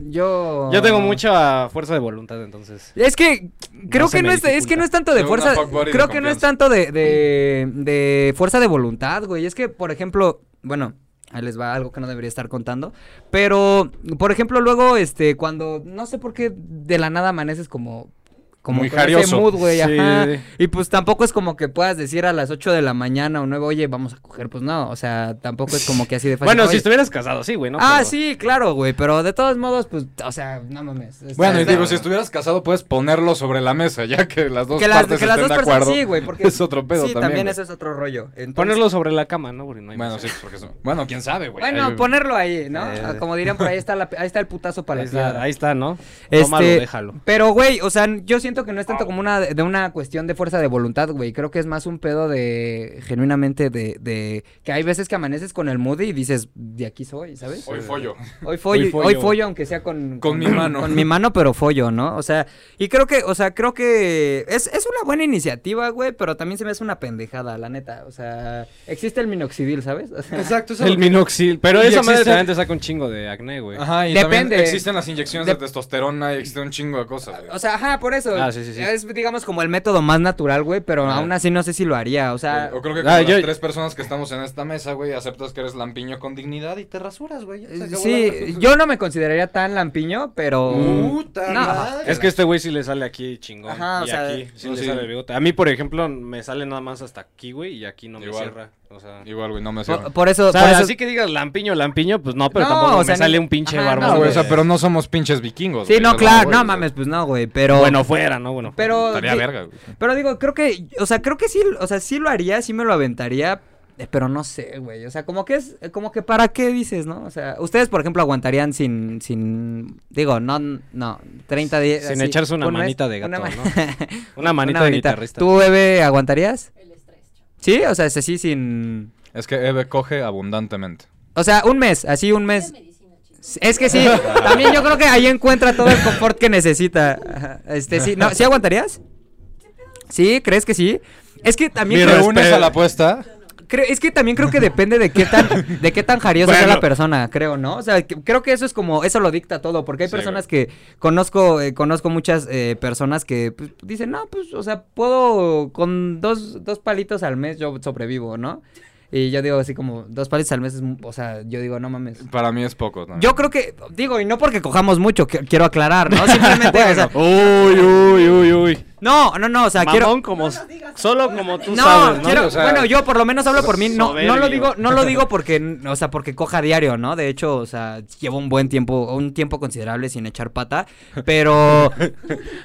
B: Yo.
C: Yo tengo mucha fuerza de voluntad, entonces.
B: Es que creo
C: se
B: que
C: me
B: no es, es que
C: dificulta.
B: no es tanto de
D: Soy
B: fuerza,
D: una fuckbody de
B: creo que no es
D: confianza.
B: tanto de, de, de fuerza de voluntad, güey. Es que, por ejemplo, bueno, ahí les va algo que no debería estar contando, pero, por ejemplo, luego, este, cuando, no sé por qué de la nada amaneces como... Como
D: Muy
B: con ese
D: jarioso.
B: mood, güey,
C: Sí,
B: ajá.
C: sí, sí.
B: Y pues tampoco es como que puedas decir a las 8 de la mañana o 9, oye, vamos a coger, pues no. O sea, tampoco es como que así de fácil.
C: Bueno,
B: oye.
C: si estuvieras casado, sí, güey, ¿no?
B: Ah,
C: Pero-
B: sí, claro, güey. Pero de todos modos, pues, o sea, no mames. Este, está-
D: Bueno, y
B: está-
D: digo, si estuvieras casado, puedes ponerlo sobre la mesa, ya que las dos
B: que las,
D: partes
B: que las
D: estén
B: dos
D: de
B: personas
D: acuerdo.
B: sí,
D: [LAUGHS]
B: güey, porque
D: Es otro pedo
B: sí,
D: también. güey.
B: eso es otro rollo. Entonces-
C: Ponerlo sobre la cama, ¿no? Porque no hay
D: Bueno,
C: mesa.
D: sí, porque eso- Bueno, quién sabe, güey.
B: Bueno,
D: Ahí-
B: ponerlo ahí, ¿no?
C: Eh.
B: Ah, Como dirían por ahí está la- ahí está el putazo para
C: Ahí
B: la
C: está,
B: piedra.
C: ahí está, ¿no?
B: Este,
C: Tómalo, déjalo.
B: Pero güey, o sea, yo siento que no es tanto como una de una cuestión de fuerza de voluntad, güey. Creo que es más un pedo de genuinamente de, de que hay veces que amaneces con el mood y dices, de aquí soy, ¿sabes?
D: Hoy follo.
B: Hoy follo, hoy
C: Hoy
B: follo,
C: follo.
B: aunque sea con,
D: Con mi mano.
B: Con mi mano, pero follo, ¿no? O sea, y creo que, o sea, creo que es, es una buena iniciativa, güey, pero también se me hace una pendejada, la neta. O sea, existe el minoxidil, ¿sabes? O sea,
D: Exacto,
C: El minoxil. Pero
D: Y
C: esa madre
D: existe-
C: también te saca un chingo de acné, güey.
D: Ajá, y
B: Depende.
D: también existen las inyecciones de,
B: Dep-
D: testosterona y existe un chingo de cosas. güey.
B: o sea, ajá, por eso.
C: Ah, sí, sí, sí.
B: Es, digamos, como el método más natural, güey, pero
D: Ah.
B: aún así no sé si lo haría. O sea,
D: o creo que
C: ah,
D: con las
C: yo-
D: tres personas que estamos en esta mesa, güey, aceptas que eres lampiño con dignidad y te rasuras, güey. Se acabó
B: eh, sí,
D: [LAUGHS]
B: yo no me consideraría tan lampiño, pero.
D: la- Puta
B: No.
D: madre.
C: Es que este güey sí le sale aquí chingón.
B: Ajá, o
C: y
B: sea,
C: aquí sí
D: no,
C: le
D: sí.
C: sale el bigote. A mí, por ejemplo, me sale nada más hasta aquí, güey, y aquí no me
D: Igual.
C: cierra. O sea,
D: Igual, güey, no me
B: Por,
D: cierro.
B: por eso.
C: o sea,
B: por eso-
C: así que digas lampiño, lampiño, pues no, pero
B: No,
C: tampoco
B: o
C: me
B: sea,
C: sale
B: ni-
C: un pinche
B: Ajá,
C: barbón.
B: no,
D: No, güey, o sea,
C: de-
D: pero no somos pinches vikingos.
B: Sí,
D: güey,
B: no,
D: la
B: claro,
D: neta,
B: no
D: güey,
B: mames, pues no, güey, pero.
C: Bueno, fuera, ¿no? Bueno,
B: pero.
D: Estaría
B: sí,
D: verga, güey.
B: Pero digo, creo que, o sea, creo que sí, o sea, sí lo haría, sí me lo aventaría, eh, pero no sé, güey. O sea, como que es, eh, como que para qué dices, ¿no? O sea, ustedes, por ejemplo, aguantarían sin, sin, digo, no, no, 30 días.
C: Sin
B: así,
C: echarse una
B: un mes,
C: manita de
B: una
C: gato,
B: ma- [LAUGHS]
C: ¿no?
B: una
C: una manita de
B: manita.
C: guitarrista.
B: ¿Tú, bebé, aguantarías?
F: El estrés, chavo.
B: Sí, o sea, es así sin,
D: Es que Eve coge abundantemente.
B: o sea, un mes, así un mes.
F: Es medicina, chicos.
B: Es que
C: [LAUGHS]
B: sí, también yo creo que ahí encuentra todo el confort que necesita. Ajá, Este, sí, no, ¿sí aguantarías? ¿Sí? ¿Crees que sí? Es que también...
D: ¿Te
B: creo-
D: unes a la apuesta?
B: Creo- es que también creo que depende de qué tan, de qué tan jariosa sea la
C: Bueno.
B: persona, creo, ¿no? O sea, que- creo que eso es como, eso lo dicta todo, porque hay
D: Sí,
B: personas que conozco, eh, conozco muchas eh, personas que pues, dicen, no, pues, o sea, puedo con dos, dos palitos al mes yo sobrevivo, ¿no? Y yo digo así como, dos palitos al mes, es mu- o sea, yo digo, no mames.
D: Para mí es poco. también.
B: Yo creo que, digo, y no porque cojamos mucho, que- quiero aclarar, ¿no? Simplemente, o sea,
C: Uy, uy, uy, uy.
B: No, no, no, o sea, quiero...
C: Mamón como... solo como tú
B: no,
C: sabes, ¿no?
B: quiero-
C: O sea,
B: bueno, yo por lo menos hablo por mí, no, no lo
C: soberbio.
B: digo, no lo digo porque, o sea, porque coja diario, ¿no? De hecho, o sea, llevo un buen tiempo, un tiempo considerable sin echar pata, pero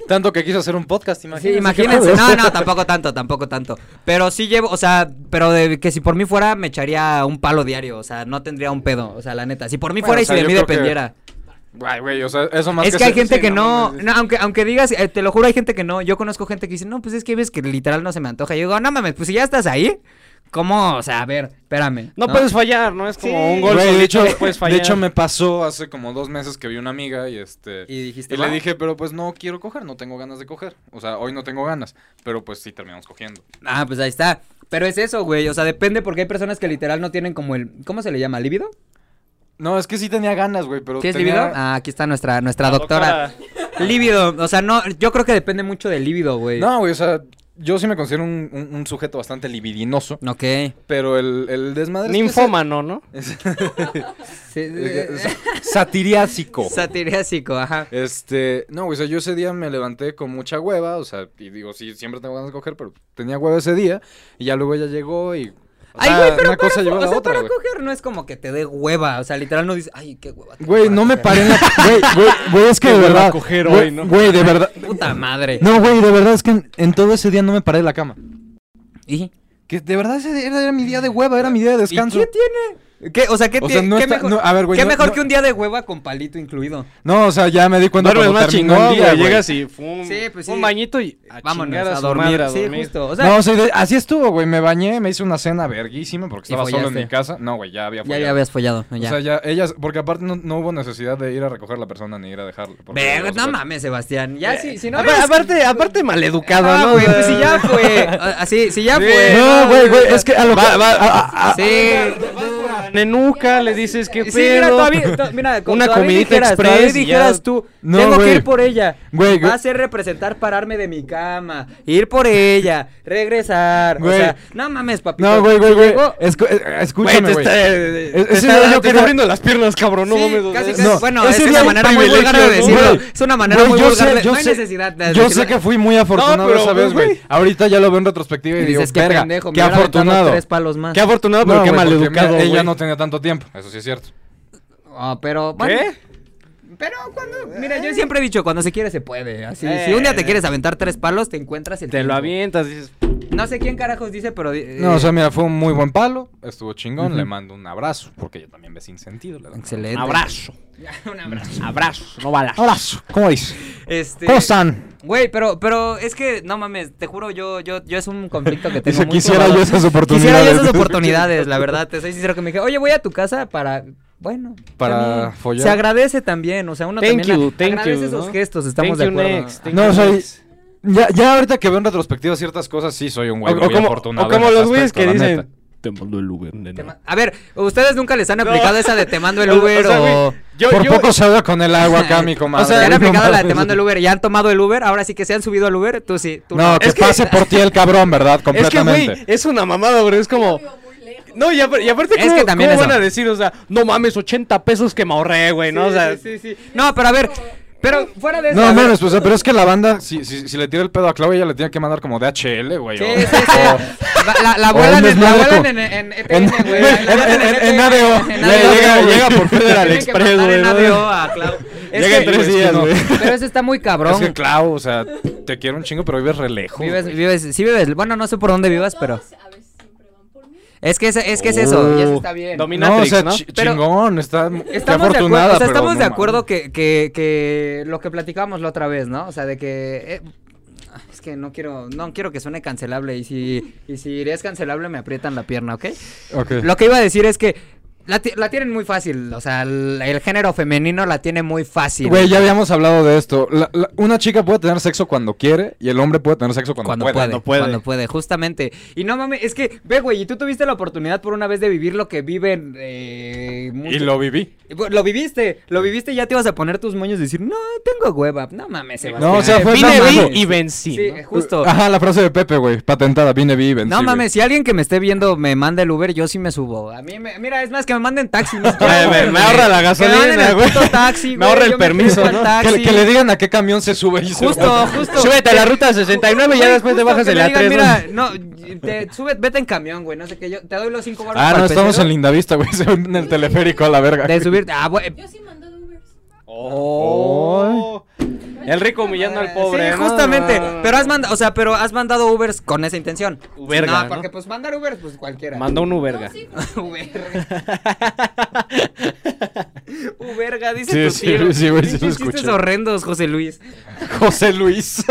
C: Tanto que quiso hacer un podcast,
B: sí,
C: imagínate.
B: imagínense, no, no, tampoco tanto, tampoco tanto, pero sí llevo, o sea, pero de que si por mí fuera me echaría un palo diario, o sea, no tendría un pedo, o sea, la neta, si por mí
D: Bueno,
B: fuera
D: o sea,
B: y si de
D: yo
B: mí
D: creo que-
B: dependiera.
D: Güey, güey, o sea, eso más
B: Es que hay
D: ser-
B: gente
D: sí,
B: que no,
D: mames.
B: no, aunque, aunque digas, eh, te lo juro, hay gente que no. Yo conozco gente que dice, no, pues es que ves que literal no se me antoja. Yo digo, no mames, pues si ya estás ahí, ¿cómo? O sea, a ver, espérame.
C: No puedes fallar, ¿no? Es como un gol
D: Güey,
C: solito,
D: de, hecho,
C: no puedes fallar.
D: de hecho, me pasó hace como dos meses que vi una amiga y este.
B: Y dijiste, "Ah,
D: Y le
B: "Va".
D: dije, pero pues no quiero coger, no tengo ganas de coger. O sea, hoy no tengo ganas, pero pues sí terminamos cogiendo.
B: Ah, pues ahí está. Pero es eso, güey. O sea, depende porque hay personas que literal no tienen como el. ¿Cómo se le llama? ¿Líbido?
D: No, es que sí tenía ganas, güey, pero.
B: ¿Sí es
D: tenía-
B: líbido? Ah, aquí está nuestra, nuestra
C: La
B: doctora. Líbido. O sea, no, yo creo que depende mucho del líbido, güey.
D: No, güey, o sea, yo sí me considero un, un- un sujeto bastante libidinoso,
B: Ok.
D: pero el, el desmadre. es que
C: Ninfómano, ¿no?
B: Sí,
D: se- [LAUGHS]
B: [LAUGHS] eh,
D: sa- Satiriásico.
B: Satiriásico, ajá.
D: Este, no, güey, o sea, yo ese día me levanté con mucha hueva, o sea, y digo, sí, siempre tengo ganas de coger, pero tenía hueva ese día, y ya luego ella llegó y. o
B: Ay,
D: sea,
B: güey, pero
D: una
B: para,
D: cosa llevó a
B: o
D: la
B: sea,
D: otra,
B: para
D: güey.
B: coger no es como que te dé hueva. O sea, literal no dices, ay, qué hueva. tengo
E: Güey,
B: para
E: no me
B: coger".
E: paré en la. Güey, güey, güey, es
C: [LAUGHS]
E: que
C: Qué
E: de
C: hueva
E: verdad.
C: coger
E: güey,
C: hoy, ¿no? [LAUGHS]
E: Güey, de verdad.
B: Puta madre.
E: No, güey, de verdad es que en, en todo ese día no me paré de la cama.
B: ¿Y?
D: Que de verdad ese día era, era mi día de hueva, era mi día de
B: ¿Y
D: descanso.
B: qué tiene? ¿Qué, o sea, ¿qué,
D: O
B: ti-
D: sea, no
B: qué
D: está-
B: mejor,
D: no, a ver, güey,
B: qué
D: no-
B: mejor
D: no-
B: que un día de hueva con palito incluido?
E: No, o sea, ya me di cuando
C: Duermes
E: cuando
C: más
E: terminó,
C: chingón,
E: güey.
C: día, llegas y fum,
B: Sí, pues sí.
C: un bañito y a
B: Vámonos
C: chingar
B: a,
C: su
B: dormir.
C: madre, a
B: Sí,
C: dormir.
B: justo. O sea,
E: No, o sea, y de- así
D: Así
E: estuvo.
D: estuvo, güey, me bañé, me hice una cena verguísima porque
B: Y
D: estaba solo en
B: follaste.
D: mi casa. No, güey, ya había
B: ya,
D: follado.
B: ya habías follado. no, Ya.
D: O sea, ya ellas, porque aparte no, no hubo necesidad de ir a recoger a la persona ni ir a dejarla. porque-
B: Verga,
D: o sea,
B: no mames, Sebastián. Ya, si, si no.
C: Ah, Apar- aparte, aparte maleducado,
B: Ah,
C: ¿no?
B: güey,
C: O sea,
B: pues si ya
C: [LAUGHS]
B: fue. Ah, Así, si ya
C: Sí.
B: fue.
E: No, güey, güey, es que a lo que.
C: ah,
B: Sí.
C: Nenuca, le dices qué pedo.
B: Sí, mira, todavía, to- mira,
C: [LAUGHS]
B: con-
C: Una
B: todavía
C: comidita
B: dijeras,
C: express
B: todavía
C: y ya.
B: dijeras tú,
E: No,
B: tengo
E: güey.
B: que ir por ella.
E: Güey,
B: Va
E: güey.
B: a ser representar pararme de mi cama, ir por ella, regresar, o
E: Güey.
B: sea, no mames, papito.
E: No, güey, güey, güey.
B: Llegó-
E: Escu- eh, Escúchame,
C: Güey,
E: güey.
C: te está,
E: Es-
C: te
E: ese
C: está-
E: día yo
C: te está
E: quería-
C: abriendo las piernas, cabrón. No
B: Sí,
C: mames. o
B: casi,
C: sea,
B: casi.
E: no,
B: bueno,
E: ese
B: es
E: día
B: una
E: un
B: manera muy vulgar de
E: privilegio, ¿no,
B: decirlo.
E: güey?
B: Es una manera
E: Güey,
B: muy
E: yo
B: vulgar.
E: sé-
B: de-
E: yo
B: no hay
E: sé-
B: necesidad de
E: Yo
B: decirlo.
E: sé que fui muy afortunado
C: No, pero,
E: esa vez,
C: güey.
E: güey. Ahorita ya lo veo en retrospectiva
B: Y
E: y, digo,
B: dices, qué
E: verga,
B: pendejo, me
E: qué
B: hubiera aventado
E: afortunado.
B: tres palos más.
C: Qué afortunado, pero
E: No,
C: qué
E: güey, porque
C: maleducado,
D: mira, Ella
C: güey.
D: no tenía tanto tiempo, eso sí es cierto.
B: Ah, pero bueno,
C: ¿Qué?
B: pero cuando mira, yo siempre he dicho, cuando se quiere se puede, así.
C: Eh.
B: Si un día te quieres aventar tres palos, te encuentras el
C: Te lo
B: tiempo.
C: avientas, dices.
B: No sé quién carajos dice, pero eh,
D: No, o sea, mira, fue un muy buen palo, estuvo chingón, le mando un abrazo, porque yo también ve sin sentido. la verdad.
B: excelente.
C: Abrazo.
B: [LAUGHS] Un abrazo.
C: Abrazo, no balas.
E: Abrazo, ¿cómo dices?
B: Este
E: ¿Cómo están?
B: Güey, pero, pero es que, no mames, te juro, yo, yo, yo es un conflicto
D: [LAUGHS]
B: que tengo
E: Dice,
B: muy
E: quisiera
B: clavado.
E: yo esas
B: Quisiera yo
E: oportunidades.
B: esas oportunidades, la verdad, te soy sincero que me dije, oye, voy a tu casa para, bueno.
D: Para
B: también.
D: follar.
B: Se agradece también, o sea, uno
C: Thank
B: también
C: you,
B: a-
C: thank
B: agradece
C: you,
B: esos
C: ¿no?
B: gestos, estamos
C: Thank
B: de
C: you,
B: acuerdo.
C: next, thank
E: No,
C: you,
E: soy-
C: next.
E: Ya, ya ahorita
D: Ahorita que veo en retrospectiva ciertas cosas, sí soy un
C: O,
D: güey
C: o
D: muy
C: como,
D: afortunado
C: o como
D: en ese
C: los güeyes que
D: aspecto, la neta.
C: dicen. Te mando el Uber,
B: Te
C: nena.
B: ma- A ver, ¿ustedes nunca les han aplicado esa de te mando
C: [LAUGHS]
B: el Uber o...?
C: sea, güey, yo,
D: Por
C: yo-
D: poco se ahoga con el agua acá,
B: [LAUGHS]
D: mi
B: o
D: comadre.
B: sea, ¿ya han
D: No
B: aplicado la de
D: mames.
B: te mando el Uber? ¿Ya han tomado el Uber? Ahora sí que se han subido al Uber, tú sí, tú
D: No, que pase por ti el cabrón,
B: [LAUGHS]
D: ¿verdad?
C: Es que,
D: Completamente.
C: güey, es una mamada, bro. Es como. No, y, apar- y aparte,
B: Es
C: ¿cómo,
B: que también
C: cómo
B: eso.
C: van a decir? O sea, no mames, 80 pesos que me ahorré, güey, ¿no? O sea,
B: No, pero a ver, pero fuera de eso... a
D: No,
B: ver,
D: menos, pues, o sea, pero es que la banda, si, si, si le tira el pedo a Claudia, ella le tiene que mandar como DHL, güey.
B: Sí,
D: o-
B: sí, sí. La- La, la
D: o
B: vuelan,
D: un
B: en, la
D: desmadre
B: vuelan
D: como-
B: en, en ETN,
D: En,
B: güey. La- la vuelan
D: en- en- en
B: ETN,
D: ADO.
B: en
D: Le
B: ADO,
D: llega,
B: güey.
D: llega por Federal
B: Tienen que
D: Express,
B: mandar
D: güey.
B: en ADO a Clau. Es
C: llega
B: que-
C: en
D: güey,
C: tres
D: es que
C: días,
D: no.
C: güey.
B: Pero eso está muy
D: Es
B: cabrón.
D: que, Clau, o sea, te quiero un chingo, pero vives re lejos.
B: Vives,
D: güey.
B: vives, sí vives, bueno, no sé por dónde vivas, pero
F: Todos a veces siempre van por mí.
B: es que es, es que es
D: Oh.
B: eso, y eso está bien.
D: No, o
C: Dominatrix,
D: sea,
C: ¿no?
D: chi-
B: Pero-
D: chingón, está m- qué
B: Estamos de acuerdo,
D: afortunada,
B: o sea,
D: pero
B: estamos de
D: no mames.
B: acuerdo que, que, que lo que platicábamos la otra vez, ¿no? O sea, de que eh, es que no quiero, no quiero que suene cancelable y si, y si es cancelable me aprietan la pierna, ¿ok?
D: Ok.
B: Lo que iba a decir es que la, ti- la tienen muy fácil, o sea, el, el género femenino la tiene muy fácil.
D: Güey, ya habíamos hablado de esto. La- la- una chica puede tener sexo cuando quiere y el hombre puede tener sexo cuando,
B: cuando,
D: puede.
B: puede, cuando
C: cuando
B: puede,
C: puede.
B: justamente. Y no mames, es que, ve, güey, y tú tuviste la oportunidad por una vez de vivir lo que viven eh,
D: Y
B: muchos-
D: lo viví.
B: Bu- Lo viviste, lo viviste y ya te ibas a poner tus moños y decir, no, tengo hueva. No mames, Sebastián.
D: No, o sea, fue
B: Vine,
D: tan
B: vi
D: malo.
B: y-
C: y vencí.
B: Sí,
C: ¿no?
B: justo.
D: Ajá, la frase de Pepe, güey, patentada, vine, vi, vencí,
B: No
D: güey. [LAUGHS]
B: mames, si alguien que me esté viendo me manda el Uber, yo sí me subo. A mí, me- mira, es más que me manden taxi.
C: [LAUGHS]
B: ni siquiera,
C: Me, me-
B: güey.
C: me ahorra la
B: Que me manden
C: gasolina,
B: el
C: güey.
B: puto taxi,
C: [LAUGHS] Me
B: güey,
C: ahorra el
B: yo me quiero
C: permiso,
B: ir al
C: ¿no?
E: Que,
B: taxi.
E: le- que le digan a qué camión se sube y se
B: Justo, justo.
C: Súbete a la ruta 69 y ya
B: Güey,
C: después te
B: justo
C: bajas
B: que
C: en
B: me
C: la
B: digan, Mira,
C: 3.
B: no, te, sube, vete en camión, güey. No sé qué, yo te doy los cinco baros.
E: Ah,
B: para
E: no,
B: el
E: estamos en
B: pecero
D: [LAUGHS]
E: Lindavista, güey. Se ven en el teleférico a la verga.
B: De subir. Ah, güey.
F: Yo sí mando Ubers.
C: Oh. El rico humillando al pobre.
B: Sí,
C: ¿no? Ah.
B: justamente.
C: No, no, no.
B: Pero has mandado, o sea, pero has mandado Ubers con esa intención.
C: Uberga,
B: No,
C: ¿no?
B: porque pues mandar Ubers, pues cualquiera.
C: Manda un Uberga.
B: [LAUGHS]
F: No, sí, porque-
B: Uberga. Uberga, dice
E: Sí,
B: tu
E: sí,
B: tío.
E: sí, güey, sí lo
B: Pinches
E: escuché.
B: chistes horrendos, José Luis.
E: José Luis.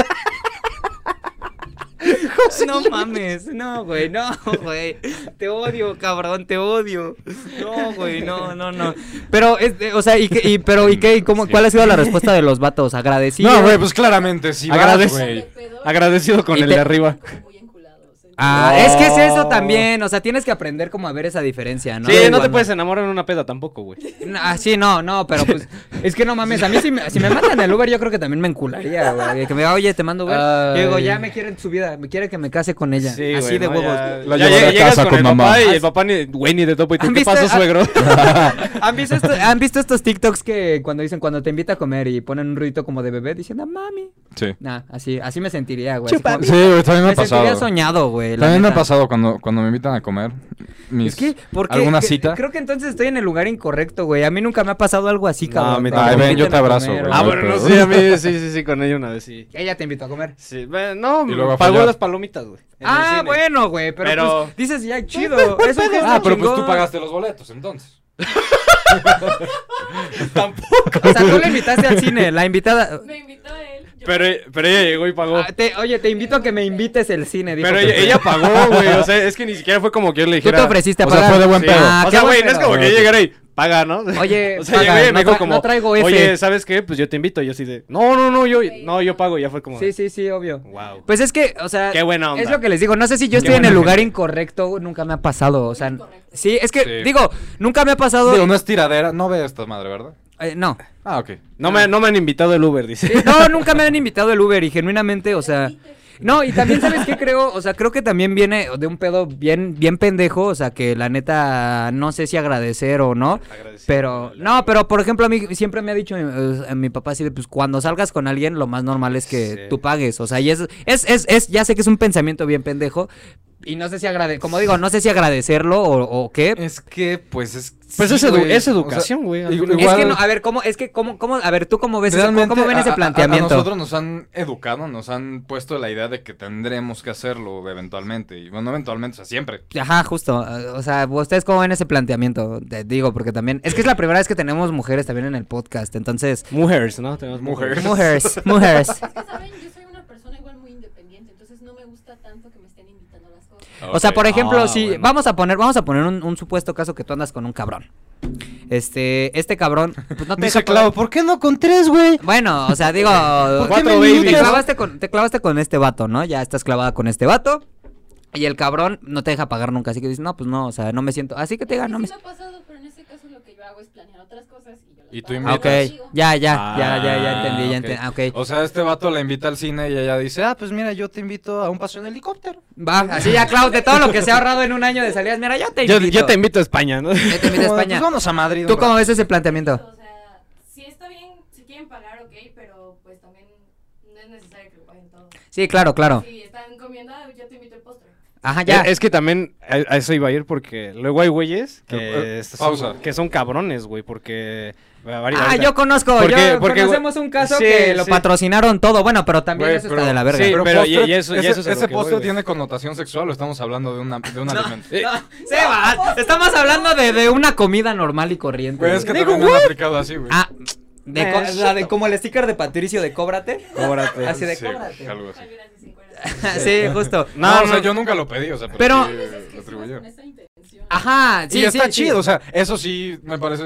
B: no mames, no, güey, no, güey. Te odio, cabrón, te odio. No, güey, no, no, no. Pero, este, o sea, ¿y qué? Y, pero, ¿y qué? ¿Y cómo, ¿Cuál ha sido la respuesta de los vatos? ¿Agradecido?
E: No, güey, pues claramente sí. vas,
C: Agradece.
E: güey.
F: De pedo,
C: Agradecido con
B: Y
C: el
B: te-
C: de arriba.
F: como muy enculados. entonces-
B: Ah,
C: No.
B: es que es eso también, o sea, tienes que aprender como a ver esa diferencia, ¿no?
C: sí,
B: De
C: no te
B: cuando-
C: puedes enamorar en una peda tampoco, güey.
B: No, Ah, sí, no, no, pero pues, es que no mames, a mí si me, si me mandan el Uber yo creo que también me encularía, güey, que me diga, oye, te mando Uber, yo digo,
E: Ay.
B: ya me quieren su vida, me quiere que me case con ella,
C: Sí,
B: así
C: güey,
B: de
C: no,
B: huevos.
C: ya-
E: La
C: ya
E: llevan a
C: lle- llegas
E: casa
C: con,
E: con
C: el
E: mamá.
C: papá y el papá ni, güey, ni de topo. ¿Y tú
B: ¿Han
C: qué
B: visto-
C: pasó,
B: ah-
C: suegro?
B: [LAUGHS]
C: Ah,
B: ¿Han visto, esto- ¿Han visto estos TikToks que cuando dicen cuando te invita a comer y ponen un ruido como de bebé diciendo mami?
D: Sí.
B: Nah, así, así me sentiría, güey. así como-
E: Sí, güey, también me
B: me
E: ha
B: sentiría
E: pasado.
B: soñado, güey. la
D: También me ha
B: neta.
D: pasado cuando, cuando me invitan a comer. Mis,
B: Es que, ¿por qué?
D: ¿Alguna
B: Que-
D: cita?
B: Creo que entonces estoy en el lugar incorrecto, güey. A mí nunca me ha pasado algo así, cabrón.
C: a mí
B: cuando
C: tampoco.
B: me
C: Ay, ven, yo
B: invitan
D: te
B: a
D: abrazo,
B: comer,
D: güey.
B: o-
C: Ah, bueno, no, sí, a mí, sí, sí, sí, con ella una vez sí.
B: Ella te invitó a comer.
C: Sí, bueno, no,
D: Y luego a
C: pagó
D: follar.
C: las palomitas, güey. en el
B: Ah,
C: cine.
B: bueno, güey, pero,
C: Pero-
B: pues, dices ya chido. Es un gesto
D: Ah, pero pues tú
B: chingón.
D: pagaste los boletos, entonces.
B: O sea, tú la invitaste al cine, la
F: [LAUGHS]
B: invitada.
F: Me invitó él. yo-
C: Pero, pero ella llegó y pagó.
B: Ah, te- oye, te invito a que me invites el cine, dijo
C: pero
B: tu
C: ella,
B: tía.
C: ella pagó, güey.
B: [LAUGHS]
C: O sea, es que ni siquiera fue como que yo le
B: Tú
C: dijera.
B: te ofreciste a
E: o sea,
B: pagar.
E: fue de buen
C: Sí.
E: pedo.
B: Ah, qué
C: o sea,
B: buen
C: güey, no es
B: pedo.
C: como que yo llegara y paga, ¿no? [LAUGHS]
B: Oye,
C: o sea,
B: paga,
C: llegó y
B: no
C: me dijo
B: tra-
C: como,
B: no traigo ese.
C: oye, ¿sabes qué? Pues yo te invito. Y Yo así de, no, no, no, yo, no, yo pago. Y ya fue como,
B: Sí, sí, sí, obvio.
C: wow.
B: Pues es que, o sea,
C: Qué buena onda.
B: es lo que les digo. No sé si yo
C: Qué
B: estoy en
C: buena
B: el lugar
C: gente.
B: incorrecto, nunca me ha pasado. O sea, n-
F: Incorrecto.
B: sí, es que,
D: Sí.
B: digo, nunca me ha pasado.
D: Digo, no es tiradera. No ve esta madre, ¿verdad?
B: eh, no.
D: Ah, ok.
C: No me, no me han invitado el Uber, dice.
B: Sí, No, nunca me han invitado el Uber y genuinamente, o sea. No, y también, ¿sabes qué creo? O sea, creo que también viene de un pedo bien, bien pendejo, o sea, que la neta no sé si agradecer o no. Pero, no, pero por ejemplo, a mí siempre me ha dicho eh, eh, mi papá así de, pues cuando salgas con alguien, lo más normal es que
C: Sí.
B: tú pagues. O sea, y es, es, es, es, ya sé que es un pensamiento bien pendejo. Y no sé si agrade, como digo, no sé si agradecerlo o, o qué.
D: Es que, pues es.
C: Pues
D: sí,
C: es, edu-
D: güey.
C: es
D: O sea,
C: educación, güey. al
D: ig-
C: final.
D: Eh, igual-
B: es que no, a ver, ¿cómo, es que, cómo, cómo, a ver, tú cómo ves, eso? ¿Cómo,
D: Realmente,
B: cómo ven
D: a-
B: ese
D: a- a-
B: planteamiento?
D: A, nosotros nos han educado, nos han puesto la idea de que tendremos que hacerlo eventualmente. Y bueno, eventualmente, o sea, siempre.
B: Ajá, justo. eh, O sea, ¿ustedes cómo ven ese planteamiento? Te digo, porque también. Es que es la primera vez que tenemos mujeres también en el podcast. Entonces.
C: [LAUGHS] Mujeres, ¿no? Tenemos
D: Mujeres.
C: [LAUGHS]
B: Mujeres, mujeres.
F: Es que, ¿saben? Yo soy una persona igual muy independiente, entonces no me gusta tanto que me estén invitando a las cosas.
B: O sea, por ejemplo,
C: Ah,
B: si.
C: bueno.
B: Vamos a poner, vamos a poner un, un supuesto caso que tú andas con un cabrón. Este, este cabrón, pues no te
E: Dice
B: deja pagar-
E: Clau, ¿por qué no con tres, güey?
B: Bueno, o sea, digo,
E: qué
C: Cuatro
E: me
B: te
C: babies.
E: invitas?
B: clavaste, con, te clavaste con este vato, ¿no? Ya estás clavada con este vato. Y el cabrón no te deja pagar nunca. Así que dices, no, pues no, o sea, no me siento. Así que te diga,
F: Sí,
B: no
F: sí
B: me
F: me ha pasado, pero en este caso lo que yo hago es planear otras cosas y yo las
D: Y tú
F: pago.
B: Ah, Ok,
D: invitas.
B: ya, ya, ya, ya, ya
D: Ah,
B: entendí, ya
D: ok.
B: entendí. Ah, ok.
D: O sea, este vato la invita al cine y ella dice, ah, pues mira, yo te invito a un paseo en helicóptero.
B: Va, así ya, Klaus, de todo lo que se ha ahorrado en un año de salidas, mira, yo te
C: Yo,
B: invito.
C: yo te invito a España, ¿no?
B: Yo te invito a
D: Como,
B: España.
D: Pues vamos a Madrid.
B: ¿Tú
D: un
B: cómo
D: rato".
B: ves ese planteamiento?
G: O sea, si está bien, si quieren pagar, ok, pero pues también no es necesario que lo paguen todo.
B: Sí, claro, claro.
G: Si están comiendo, ah, yo te invito el postre.
B: Ajá, ya.
C: [LAUGHS] Es que también a, a eso iba a ir porque luego hay güeyes
D: Eh,
C: que,
D: eh,
C: son-
D: pausa.
C: que son cabrones, güey, porque... eh,
B: Ah, yo conozco,
C: Porque-
B: yo
C: porque, güey,
B: conocemos un caso
C: sí,
B: que lo
C: sí.
B: patrocinaron todo, bueno, pero también
D: Güey,
B: eso
D: pero-
B: está de la verga.
C: sí,
B: [LAUGHS]
D: Pero,
C: pero
D: postre-
C: y- y eso- y
D: ese,
C: eso es a lo
D: ese
C: que voy,
D: postre
C: güey.
D: tiene connotación sexual o estamos hablando de, una, de un alimento.
C: eh,
B: Se va, estamos hablando de, de una comida normal y corriente.
D: Güey, es que
B: güey.
D: también me han aplicado así, güey.
B: Ah, de, co-
C: Eh,
B: la de- como el sticker de Patricio de cóbrate.
C: Cóbrate.
B: Así de
D: Sí,
B: cóbrate.
D: algo así.
G: Gracias, cinco horas.
B: [LAUGHS] sí, justo.
D: No,
C: No,
D: o sea,
C: no.
D: yo nunca lo pedí, o sea, pero,
B: Pero-
D: sí,
F: Hay veces
D: lo
F: que sí vas
D: atribuyeron.
F: con esa intención.
B: Ajá, sí,
D: y está
B: sí, sí.
D: chido, o sea, eso sí me parece.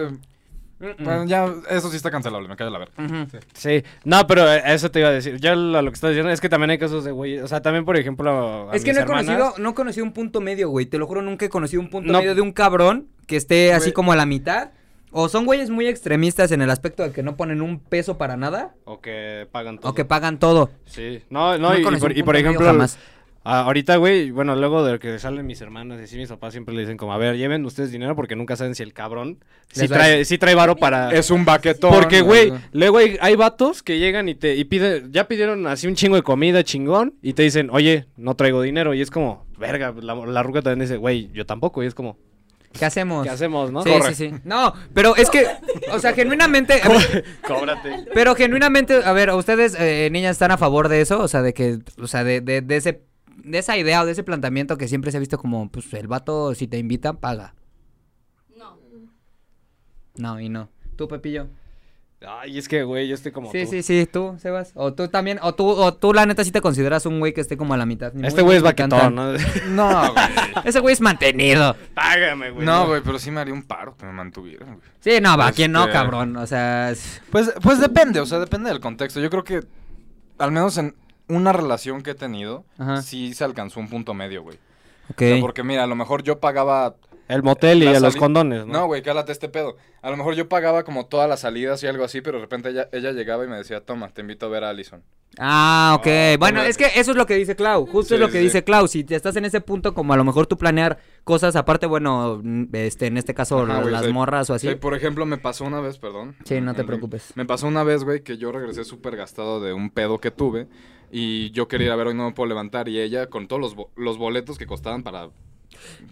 D: Bueno, ya, eso sí está cancelable, me cae la verga.
B: Ujú.
C: Sí, no, pero eh, eso te iba a decir. Yo lo, lo que estás diciendo es que también hay casos de güey. O sea, también, por ejemplo. a
B: Es que
C: mis
B: no he
C: hermanas-
B: conocido, no he conocido un punto medio, güey. Te lo juro, nunca he conocido un punto
C: No.
B: medio de un cabrón que esté así
D: Güey.
B: como a la mitad. O son güeyes muy extremistas en el aspecto de que no ponen un peso para nada.
C: O que pagan todo.
B: O que pagan todo.
C: Sí, no, no,
B: he
C: y, y
B: conocido
C: por,
B: un
C: y por
B: punto medio
C: ejemplo.
B: jamás.
C: Ah, ahorita, güey, bueno, luego de que salen mis hermanas y así, mis papás siempre le dicen como, a ver, lleven ustedes dinero porque nunca saben si el cabrón sí
B: Les da-
C: trae, sí trae varo para...
D: Es un baquetón.
C: Porque, güey, luego hay, hay vatos que llegan y te y piden, ya pidieron así un chingo de comida chingón y te dicen, oye, no traigo dinero. Y es como, verga, la, la ruca también dice, güey, yo tampoco. Y es como,
B: ¿Qué hacemos?
C: ¿qué hacemos, no?
B: Sí, sí, sí. No, pero es que, o sea, genuinamente, a ver,
C: Cóbrate.
B: pero genuinamente, a ver, ¿ustedes, eh, niñas, están a favor de eso? O sea, de que, o sea, de, de, de ese, de esa idea o de ese planteamiento que siempre se ha visto como, pues, el vato, si te invitan, paga.
G: No. [LAUGHS]
B: No, y no. ¿Tú, Pepillo?
C: Ay, es que, güey, yo estoy como
B: Sí,
C: tú.
B: sí, sí, tú, Sebas. O tú también, o tú, o tú, la neta, sí te consideras un güey que esté como a la mitad. Ni
C: Este
B: muy
C: güey es
B: ni tan,
C: baquetón, ¿no? [LAUGHS]
D: No, [LAUGHS] güey.
B: tan. Ese güey es mantenido.
C: Págame, güey.
D: No, güey, pero sí me haría un paro que me mantuvieran, güey.
B: Sí, no, va, ¿quién no,
D: Este-
B: cabrón? O sea, es-
D: Pues, pues depende, o sea, depende del contexto. Yo creo que, al menos en una relación que he tenido,
B: Ajá.
D: sí se alcanzó un punto medio, güey.
B: ok.
D: O sea, porque mira, a lo mejor yo pagaba...
C: El motel y
D: la
C: a los
D: sali-
C: condones,
D: No,
C: ¿no?
D: güey, cálate este pedo. A lo mejor yo pagaba como todas las salidas y algo así, pero de repente ella, ella llegaba y me decía, toma, te invito a ver a Allison.
B: Ah, ok.
D: Ah,
B: bueno,
D: hombre.
B: es que eso es lo que dice Clau. Justo
D: Sí,
B: es lo que
D: sí.
B: dice Clau. Si te estás en ese punto, como a lo mejor tú planear cosas, aparte, bueno, mm, este, en este caso,
D: Ajá, güey,
B: las
D: sí.
B: morras o así.
D: Sí, por ejemplo, me pasó una vez, perdón.
B: Sí, no te
D: Me-
B: preocupes.
D: Me pasó una vez, güey, que yo regresé súper gastado de un pedo que tuve y yo quería ir a ver hoy no me puedo levantar y ella con todos los, bo- los boletos que costaban para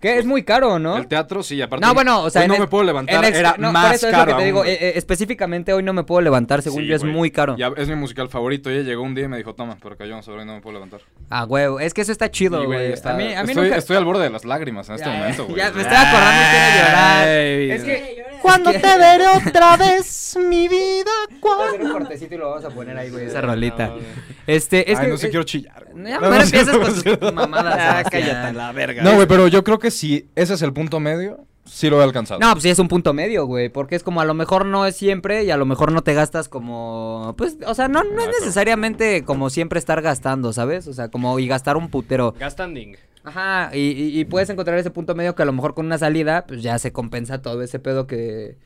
B: Que es muy caro, ¿no?
D: el teatro, sí, aparte.
B: No, bueno, o sea,
D: Hoy no
B: en
D: me
B: ex-
D: puedo
B: en
D: levantar,
B: ex-
D: era
B: no, por
D: más
B: eso es lo
D: caro.
B: que te
D: aún,
B: digo,
D: güey.
B: eh, eh, específicamente hoy no me puedo levantar, según
D: Sí,
B: yo es
D: güey.
B: muy caro.
D: Ya, es mi musical favorito. Ella llegó un día y me dijo, toma, pero cayó sobre hoy no me puedo levantar.
B: Ah, huevo, es que eso está chido,
D: Y, güey,
B: güey.
D: está-
B: A mí, a mí
D: estoy,
B: nunca...
D: estoy al borde de las lágrimas en este
B: Ya, ya,
D: momento, güey.
B: ya, pues, me estoy acordando
C: Ah,
B: y quiero llorar. [LAUGHS]
C: Ay,
B: Es que...
E: Cuando te veré otra vez, mi vida,
B: Vamos a
E: cuando...
B: hacer un cortecito y lo vamos a poner ahí, güey, esa rolita.
C: [LAUGHS]
B: Este, es
D: Ay,
B: que...
D: no sé, quiero chillar. güey.
B: Ya, pero empiezas con
D: [LAUGHS]
B: tus mamadas.
C: Ah,
B: Sebastián.
C: cállate a la verga.
D: No, güey, pero yo creo que si ese es el punto medio, sí lo he alcanzado.
B: No, pues sí es un punto medio, güey, porque es como a lo mejor no es siempre y a lo mejor no te gastas como, pues, o sea, no, no es
D: Exacto.
B: necesariamente como siempre estar gastando, ¿sabes? O sea, como y gastar un putero.
C: Gastanding.
B: Ajá, y, y- y puedes encontrar ese punto medio que a lo mejor con una salida, pues ya se compensa todo ese pedo que...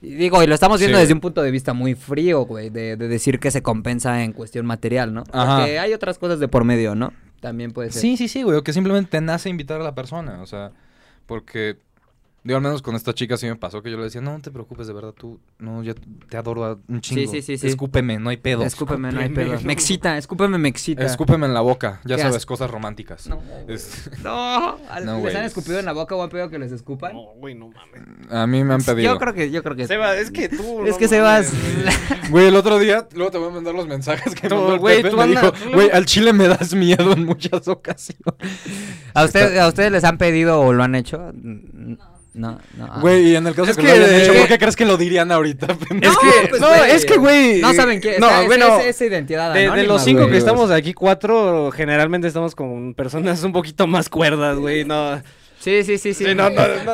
B: y digo, y lo estamos viendo
D: Sí,
B: desde
D: güey.
B: un punto de vista muy frío, güey, de, de decir que se compensa en cuestión material, ¿no?
D: Ajá.
B: Porque hay otras cosas de por medio, ¿no? También puede ser.
D: Sí, sí, sí, güey. o Que simplemente te nace invitar a la persona. O sea, porque. Digo, al menos con esta chica sí me pasó que yo le decía, no, no te preocupes, de verdad, tú. No, yo te adoro a un chingo.
B: sí, sí, sí.
D: Escúpeme, no hay pedo.
B: Escúpeme, no hay pedo. Me excita, escúpeme, me excita.
D: Escúpeme en la boca. Ya
B: Qué
D: sabes,
B: asco.
D: cosas románticas.
B: No.
D: Es-
B: [LAUGHS] No, ¿les
D: No,
B: han
D: güey.
B: escupido en la boca o han pedido que les escupan?
C: No, güey, no mames.
D: a mí me han pedido.
B: Yo creo que, yo creo que.
C: Sebas, es que tú.
B: Es
C: no
B: que Sebas.
C: mames, güey.
D: Güey, el otro día, luego te voy a mandar los mensajes que
C: Tú,
D: me mandó el
C: güey,
D: Pepe,
C: tú
D: me
C: anda-
D: dijo,
C: tú-
D: güey, al chile me das miedo en muchas ocasiones.
B: [LAUGHS] ¿A, usted, ¿A ustedes les han pedido o lo han hecho? Mm, No, no. ah.
D: Güey, y en el caso
C: Es
D: que, lo hayan
C: que-
D: hecho,
C: es
D: ¿por
C: que-
D: qué crees que lo dirían ahorita?
C: Es que,
B: pues,
C: no,
B: güey.
C: es que, güey.
B: No saben quién.
C: No,
B: está- es.
C: bueno.
B: es- es identidad
C: de, de
B: anónima,
C: los cinco
B: güey.
C: que estamos aquí, cuatro, generalmente estamos con personas un poquito más cuerdas, güey. No.
B: Sí, sí, sí, sí.
C: no, no, no.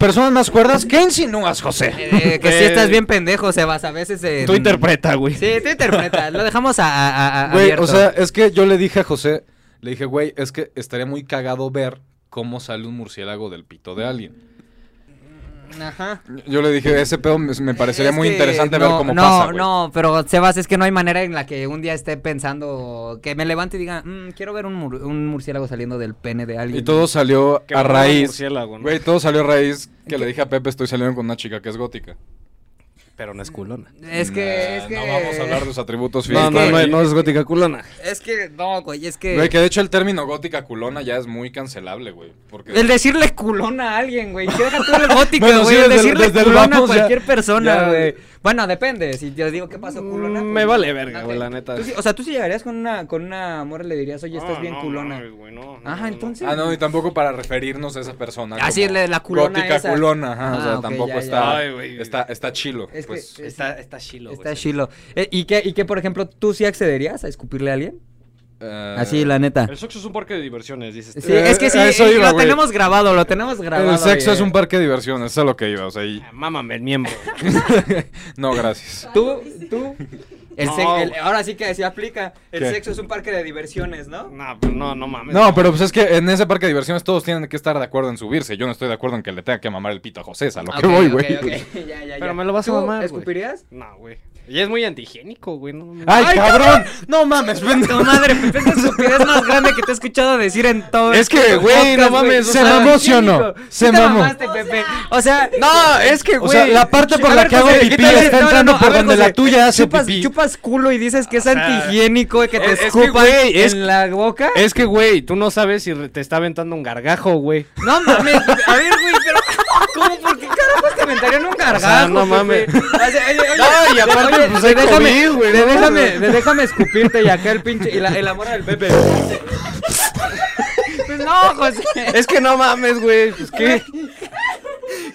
E: Personas más cuerdas, ¿qué insinúas, José?
B: Eh, que si
C: Eh, pues.
B: estás bien pendejo, Sebas. A veces. eh,
C: Tú interpreta, güey.
B: Sí, tú interpretas. Lo dejamos a, a, a- a-
D: Güey,
B: abierto.
D: o sea, es que yo le dije a José, le dije, güey, es que estaría muy cagado ver cómo sale un murciélago del pito de alguien.
B: Ajá.
D: Yo le dije, ese pedo me, me parecería
B: Es
D: muy
B: que
D: interesante ver
B: no,
D: cómo
B: no,
D: pasa, güey.
B: No, pero Sebas, es que no hay manera en la que un día esté pensando, que me levante y diga, "Mm, quiero ver un, mur- un murciélago saliendo del pene de alguien.
D: Y todo salió
C: Que
D: a
C: mamá
D: raíz,
C: murciélago, ¿no?
D: güey, todo salió a raíz que le dije a Pepe, estoy saliendo con una chica que es gótica.
C: Pero no es culona.
B: Es que,
D: Nah,
B: es que...
D: No vamos a hablar de los atributos
C: No,
D: físicos.
C: no,
D: aquí.
C: no, no es gótica culona.
B: Es que, no, güey, es que...
D: Güey, que de hecho el término gótica culona ya es muy cancelable, güey. Porque
B: El decirle culón a alguien, güey. Que deja tú el gótico,
D: Bueno, sí,
B: güey. el
D: desde-
B: decirle
D: desde el
B: culón a
D: vamos ya-
B: cualquier persona,
D: ya- Mm,
B: güey. Bueno, depende. Si te digo, ¿qué pasó, culona?
C: Mm, Me
B: Pues,
C: vale verga,
B: no
C: güey,
B: te-
C: la neta.
B: tú sí- o sea, tú sí llegarías con una, con una morra y le dirías, oye, estás
C: Ah,
B: bien
C: no,
B: culona.
C: no, güey, no, no,
B: Ajá,
C: no, no.
B: entonces...
D: Ah, no, y tampoco para referirnos a esa persona.
B: Así
D: como
B: es, la culona
D: Gótica
B: esa.
D: culona, ajá. o
B: Ah,
D: sea,
B: ok,
D: tampoco
B: ya, ya.
D: está,
C: Ay, güey.
D: está. Está chilo.
B: Es que- eh,
D: pues.
B: es-
C: Está, está chilo,
B: Está chilo. Eh, ¿y, qué, ¿Y qué, por ejemplo, tú sí accederías a escupirle a alguien?
D: eh,
B: Así, la neta.
C: El sexo es un parque de diversiones, dices.
B: Sí, es que sí,
D: a eso
B: eh,
D: iba,
B: lo
D: güey.
B: tenemos grabado, lo tenemos grabado.
D: El sexo
B: oye.
D: es un parque de diversiones, eso es a lo que iba. O sea, y-
C: Ah, Mámame el [LAUGHS] miembro.
D: no, gracias.
C: [LAUGHS]
B: Tú, tú. El
C: No,
B: sex- el-
C: güey.
B: ahora sí que se aplica. El
D: ¿Qué?
B: sexo es un parque de diversiones, ¿no?
C: No, pero no, no mames.
D: No, pero pues es que en ese parque de diversiones todos tienen que estar de acuerdo en subirse. Yo no estoy de acuerdo en que le tenga que mamar el pito a José, es a lo
B: Ok,
D: que voy,
B: ok, [LAUGHS]
D: güey.
B: ok, ya, ya, ya.
C: Pero me lo vas a
B: ¿Tú
C: mamar, güey.
B: ¿Escupirías?
C: No, güey. Y es muy antihigiénico, güey. no, no.
D: ¡Ay, cabrón! No mames, pendejo.
B: Tu madre, Pepe, es la estupidez más grande que te he escuchado decir en todo
C: Es
B: este
C: que, güey,
B: podcast,
C: no mames, o
B: Se
C: sea,
B: mamó,
D: ¿sí o no? Se
B: Sí te
D: mamó.
B: mamaste, Pepe. O sea,
C: No, es que,
D: O
C: güey.
D: sea, la parte por
B: A
D: la
B: ver,
D: que hago
B: José, ¿qué
D: pipí
B: tal si-
D: está
B: no, no,
D: entrando
B: no, a
D: por
B: ver,
D: donde la
B: José,
D: tuya hace
B: chupas,
D: pipí.
B: chupas culo y dices que es
C: sea,
B: antihigiénico, que te
C: es- es que,
B: escupan
C: güey, es-
B: en la boca.
C: Es que, güey, tú no sabes si re- te está aventando un gargajo, güey.
B: No mames, a ver, güey, pero ¿cómo? ¿Por qué carajo este te aventarían un gargajo?
C: no
B: Pepe?
C: mames.
B: O sea, oye, oye,
C: No, y aparte,
B: oye,
C: pues,
B: de
C: hay
B: déjame,
C: COVID, güey,
B: de
C: no
B: déjame,
C: mames.
B: de déjame escupirte y acá el pinche, y la, y la mora del Pepe. Pues no, José.
C: Es que no mames, güey. Pues qué.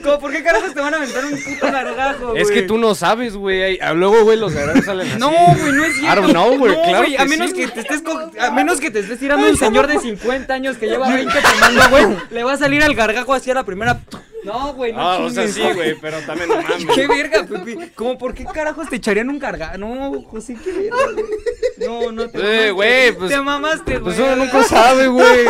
B: ¿Cómo, ¿Por qué carajos te van a aventar un puto gargajo, güey?
C: Es que tú no sabes, güey. ahí- ah, Luego, güey, los gargajos salen [LAUGHS] así.
B: No, güey, no es cierto.
C: I don't know, güey,
B: No,
C: claro
B: güey,
C: que
B: a
C: sí,
B: menos
C: güey.
B: que te estés co- a menos que te estés tirando un señor de 50 años que lleva 20 tomando, güey, le va a salir al gargajo así a la primera. No, güey, no
C: Ah, o sea,
B: chingues.
C: sí, güey, pero también no mames.
B: Qué verga, Pepe. ¿Cómo por qué carajos te echarían un gargajo? No, José, qué verga. güey. No, no te
C: Eh,
B: mamaste.
C: güey, pues-
B: te mamaste, güey.
C: Pues uno nunca sabe, güey.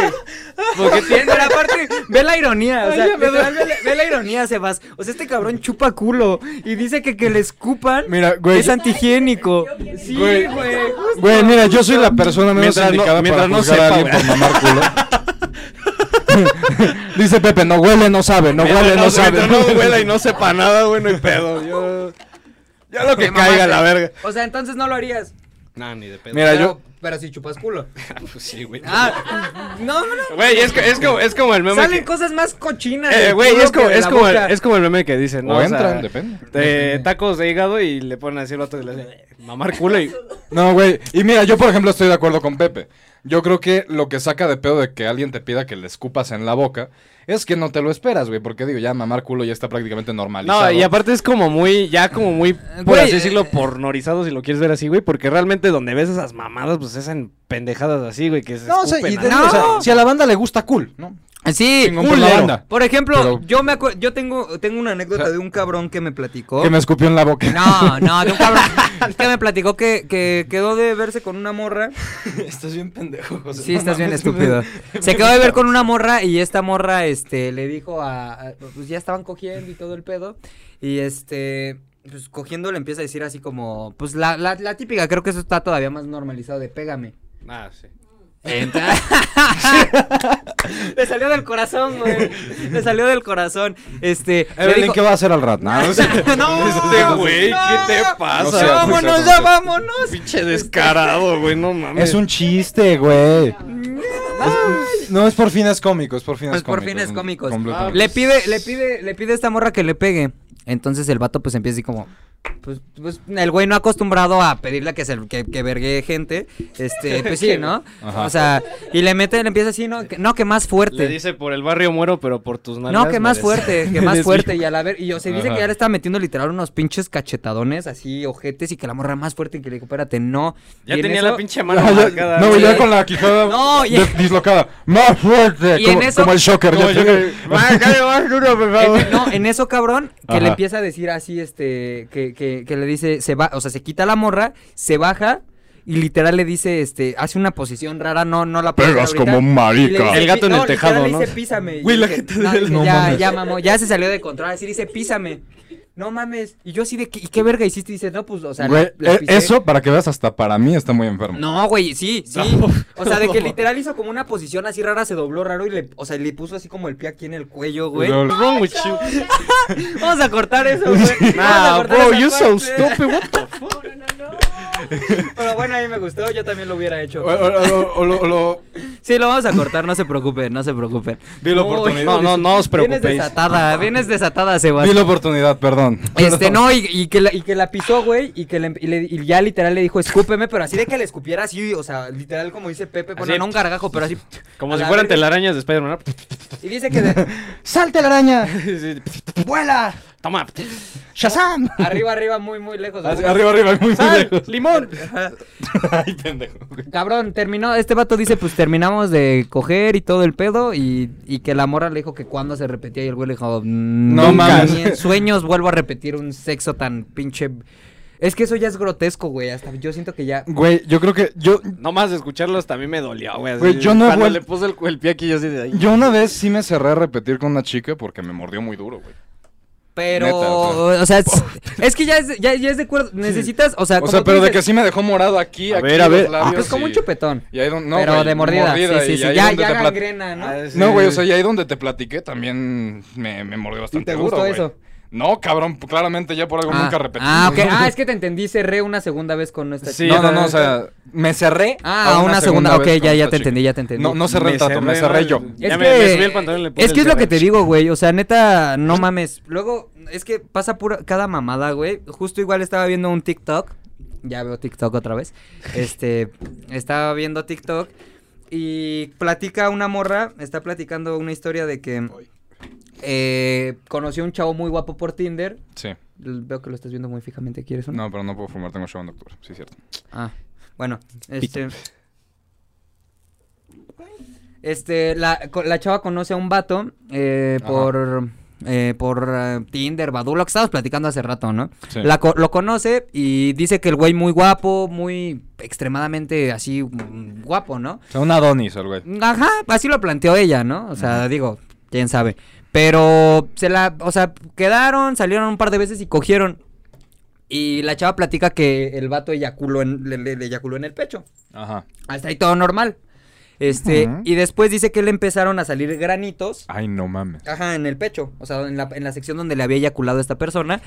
B: Porque tiene, pero aparte, ve la ironía, o sea,
C: Ay, ya me
B: literal, ve, la, ve la ironía, Sebas. O sea, este cabrón chupa culo y dice que que le escupan
D: Mira, güey.
B: es antihigiénico. Sí,
D: Güey.
B: güey. justo.
D: Güey, mira, yo soy la persona menos
C: Mientras no-
D: indicada para
C: mientras no
D: juzgar
C: sepa,
D: a alguien por
C: güey.
D: mamar culo. Dice Pepe, no huele, no sabe, no huele, no sabe.
C: No
B: [LAUGHS]
C: huele y no sepa nada, güey, no hay pedo. Yo. Ya lo que caiga la verga.
B: O sea, entonces no lo harías.
C: No, ni de pedo.
D: Mira, yo...
B: Pero si chupas culo.
C: pues sí, güey.
B: Ah, no, no. no.
C: Güey, es, que- es, como, es como el meme.
B: Salen
C: que-
B: cosas más cochinas.
C: Eh,
B: del
C: güey,
B: culo
C: es como,
B: que de
C: es,
B: la
C: como el,
B: boca.
C: es como el meme que dicen, ¿no?
D: O
C: sea,
D: entran, depende.
C: te- tacos de hígado y le ponen así el otro y le hacen "Eh, mamar culo [LAUGHS] y.
D: No, güey. Y mira, yo por ejemplo estoy de acuerdo con Pepe. Yo creo que lo que saca de pedo de que alguien te pida que le escupas en la boca es que no te lo esperas, güey. Porque digo, ya mamar culo ya está prácticamente normalizado.
C: No, y aparte es como muy, ya como muy, por
B: Güey,
C: así decirlo,
B: eh,
C: pornorizado si lo quieres ver así, güey, porque realmente donde ves esas mamadas, pues es en pendejadas así, güey, que se
D: No, o sea, y
C: escupen
D: te
C: a-
D: digo, o sea,
B: No.
D: si a la banda le gusta cool, ¿no?
B: Sí,
D: Chingón
B: culero.
D: por la banda.
B: Por ejemplo,
D: Pero-
B: yo me acuer- yo tengo, tengo una anécdota de un cabrón que me platicó.
D: Que me escupió en la boca.
B: No, no, de un cabrón [LAUGHS] que me platicó que, que quedó de verse con una [LAUGHS] morra.
D: Estás bien pendejo, José.
B: Sí, estás bien [LAUGHS] estúpido. Se quedó de ver con una morra y esta morra, este, le dijo a, a- pues ya estaban cogiendo y todo el pedo y este, pues cogiendo le empieza a decir así como, pues la, la, la típica, creo que eso está todavía más normalizado de pégame.
C: Ah, sí.
B: Entra- le salió del corazón, güey. [LAUGHS] Le salió del corazón. Este, le
D: [LAUGHS] Evelyn,
B: dijo-
D: ¿qué va a hacer al rat? No, [LAUGHS]
B: no,
C: [LAUGHS] Este güey,
B: no.
C: ¿qué te
D: No
C: pasa?
D: seas-
B: Ya
D: no
B: vámonos,
D: seas-
B: ya vámonos.
C: Pinche descarado, güey, no mames.
D: es un chiste, güey. Es- No, es por fines cómicos, por fines
B: Pues por
D: cómicos.
B: fines cómicos.
D: Completamente.
B: Le pide, le pide, le pide a esta morra que le pegue. Entonces el vato pues empieza así como. Pues, pues, el güey no acostumbrado a pedirle que se que, que vergue gente. Este, pues sí, ¿no?
D: Ajá.
B: O sea, y le mete, le empieza así, no, que, no, que más
C: Le
B: fuerte.
C: dice, por el barrio muero, pero por tus nalgas.
B: no, que más fuerte,
C: [LAUGHS]
B: que más fuerte. Y a la ver, y yo se dice
D: Ajá.
B: que ya le estaba metiendo literal unos pinches cachetadones así, ojetes, y que la morra más fuerte y que le dijo, espérate, no.
C: Ya
B: Y en
C: tenía
B: eso-
C: la pinche mano
D: Ah,
C: marcada.
D: ya- No,
C: güey.
D: ya con la quijada
B: No, y-
D: de- dislocada. Más fuerte.
B: Y en
D: como,
B: eso-
D: como el shocker.
C: Como
D: ya
C: yo
D: te-
C: que- Más, dale más duro, por favor.
B: En- no, en eso, cabrón, que le
D: Ajá.
B: empieza a decir así, este, que, que, que le dice, se va, o sea, se quita la morra, se baja y literal le dice, este, hace una posición rara, no, no la puedo hacer
D: Pegas
B: ahorita,
D: como un marica.
B: y le dice,
C: El gato
B: "Pi-
C: en el
B: no", literal
C: tejado,
B: le
C: ¿no?
B: dice, písame. Y
D: Güey,
B: yo
D: la
B: dije,
D: gente
B: "No",
D: del-
B: dije,
D: No
B: ya,
D: mames.
B: ya, mamó, ya se salió de control, así dice, písame. No mames. Y yo así de, "¿Qué- ¿y qué verga hiciste? Y dice, no, pues, o sea,
D: Güey,
B: la
D: eh,
B: pisé".
D: eso, para que veas, hasta para mí está muy enfermo.
B: No, güey, sí, sí. o sea,
D: [LAUGHS]
B: de que literal hizo como una posición así rara, se dobló raro y le, o sea, le puso así como el pie aquí en el cuello, güey.
D: Yo-
C: What's wrong with you?
B: Vamos a cortar eso, güey.
C: Nah, bro,
B: you
C: you're so stupid. What
B: [LAUGHS]
C: the fuck?
B: Pero bueno, a mí me gustó, yo también lo hubiera hecho.
D: O- o- o- o lo- o [LAUGHS] lo-
B: Sí, lo vamos a cortar, no se preocupen, no se preocupen.
D: Di la oportunidad.
C: No, no, no os
B: Vienes
C: preocupéis.
B: desatada, [LAUGHS] vienes desatada, Sebas.
D: Di la oportunidad, perdón. [LAUGHS]
B: Este, no, y, y que la, y que la pisó, güey, y que le, y le- y ya literal le dijo, escúpeme, pero así de que le escupiera así, o sea, literal como dice Pepe, bueno,
C: Así.
B: no un gargajo, pero así.
C: Como
B: a
C: si
B: la
C: fueran
B: verga.
C: telarañas de Spider-Man.
B: Y dice que de
E: ¡Salte la araña!
C: Sí.
E: ¡Vuela!
C: [LAUGHS] Toma. [LAUGHS]
E: ¡Shazam!
B: arriba, arriba, muy, muy lejos.
D: Así, Arriba, arriba, muy
C: Sal,
D: [LAUGHS] lejos.
C: limón.
D: Ay, pendejo.
B: Cabrón, terminó, este vato dice, pues terminamos de coger y todo el pedo y, y que la morra le dijo que cuando se repetía y el güey le dijo, no
D: mames.
B: ni en sueños vuelvo a repetir un sexo tan pinche... Es que eso ya es grotesco, güey, hasta yo siento que ya...
D: Güey, yo creo que yo,
C: No más de escucharlo hasta a mí me dolió, güey. así
D: Güey,
C: de-
D: yo no he
C: Cuando
D: vuel-
C: le puse el, el pie aquí, yo así de ahí.
D: yo una vez sí me cerré a repetir con una chica porque me mordió muy duro, güey.
B: Pero,
D: Neta, o
B: o
D: [LAUGHS]
B: sea, es, es que ya es, ya, ya es de acuerdo. Necesitas, o sea,
D: O sea,
B: tú
D: pero de que
B: Ah, dices,
D: sí me dejó morado aquí,
C: A
D: aquí
C: ver, a
D: los
C: ver.
D: labios
B: pues como
D: y-
B: un chupetón.
D: y ahí don- no,
B: pero
D: güey,
B: de mordida. sí,
D: y
B: sí, sí.
D: ahí
B: Ya,
D: donde
B: ya
D: te Ah, plat-
B: gangrena, ¿no?
D: No, güey, o sea, y ahí donde te platiqué también me, me mordió
B: ¿Y
D: bastante
B: te
D: duro,
B: gustó
D: güey.
B: eso?
D: No, cabrón, pues, claramente ya por algo nunca repetí.
B: Ah, ok. Ah, es que te entendí. Cerré una segunda vez con esta
C: Sí,
B: chica.
D: no, no, no, o sea, me cerré.
B: Ah, una, segunda.
D: vez
B: Ok, ya,
D: con
B: ya
D: esta
B: te
D: chica.
B: entendí, ya te entendí.
D: No, no cerré el tato, me cerré yo.
C: Ya
B: Es
C: me, me
B: que-
C: subí el pantalón y le puse
B: Es que es
C: el Pues
B: lo que te
C: cerré.
B: digo, güey. O sea, neta, no mames. Luego, es que pasa pura, cada mamada, güey. Justo igual estaba viendo un TikTok. Ya veo TikTok otra vez. Este, estaba viendo TikTok y platica una morra. Está platicando una historia de que eh, conoció a un chavo muy guapo por Tinder.
D: Sí.
B: L- Veo que lo estás viendo muy fijamente. ¿Quieres uno?
D: No, pero no puedo fumar, tengo show en octubre, sí, cierto.
B: Ah, bueno, este. Este, la, co- la chava conoce a un vato eh,
D: Ajá.
B: por, eh, por eh, Tinder, Badu, lo que estábamos platicando hace rato, ¿no?
D: Sí.
B: La co- lo conoce y dice que el güey muy guapo, muy extremadamente así mm, guapo, ¿no?
D: O sea, un Adonis el güey.
B: Ajá, así lo planteó ella, ¿no? O sea, digo, quién sabe. Pero se la, o sea, quedaron, salieron un par de veces y cogieron. Y la chava platica que el vato eyaculó en, le, le- le eyaculó en el pecho.
D: Ajá.
B: Hasta ahí todo normal. Este,
D: Ujú.
B: y después dice que le empezaron a salir granitos.
D: Ay, no mames.
B: Ajá, en el pecho, o sea, en la, en la sección donde le había eyaculado a esta
D: [LAUGHS]
B: persona.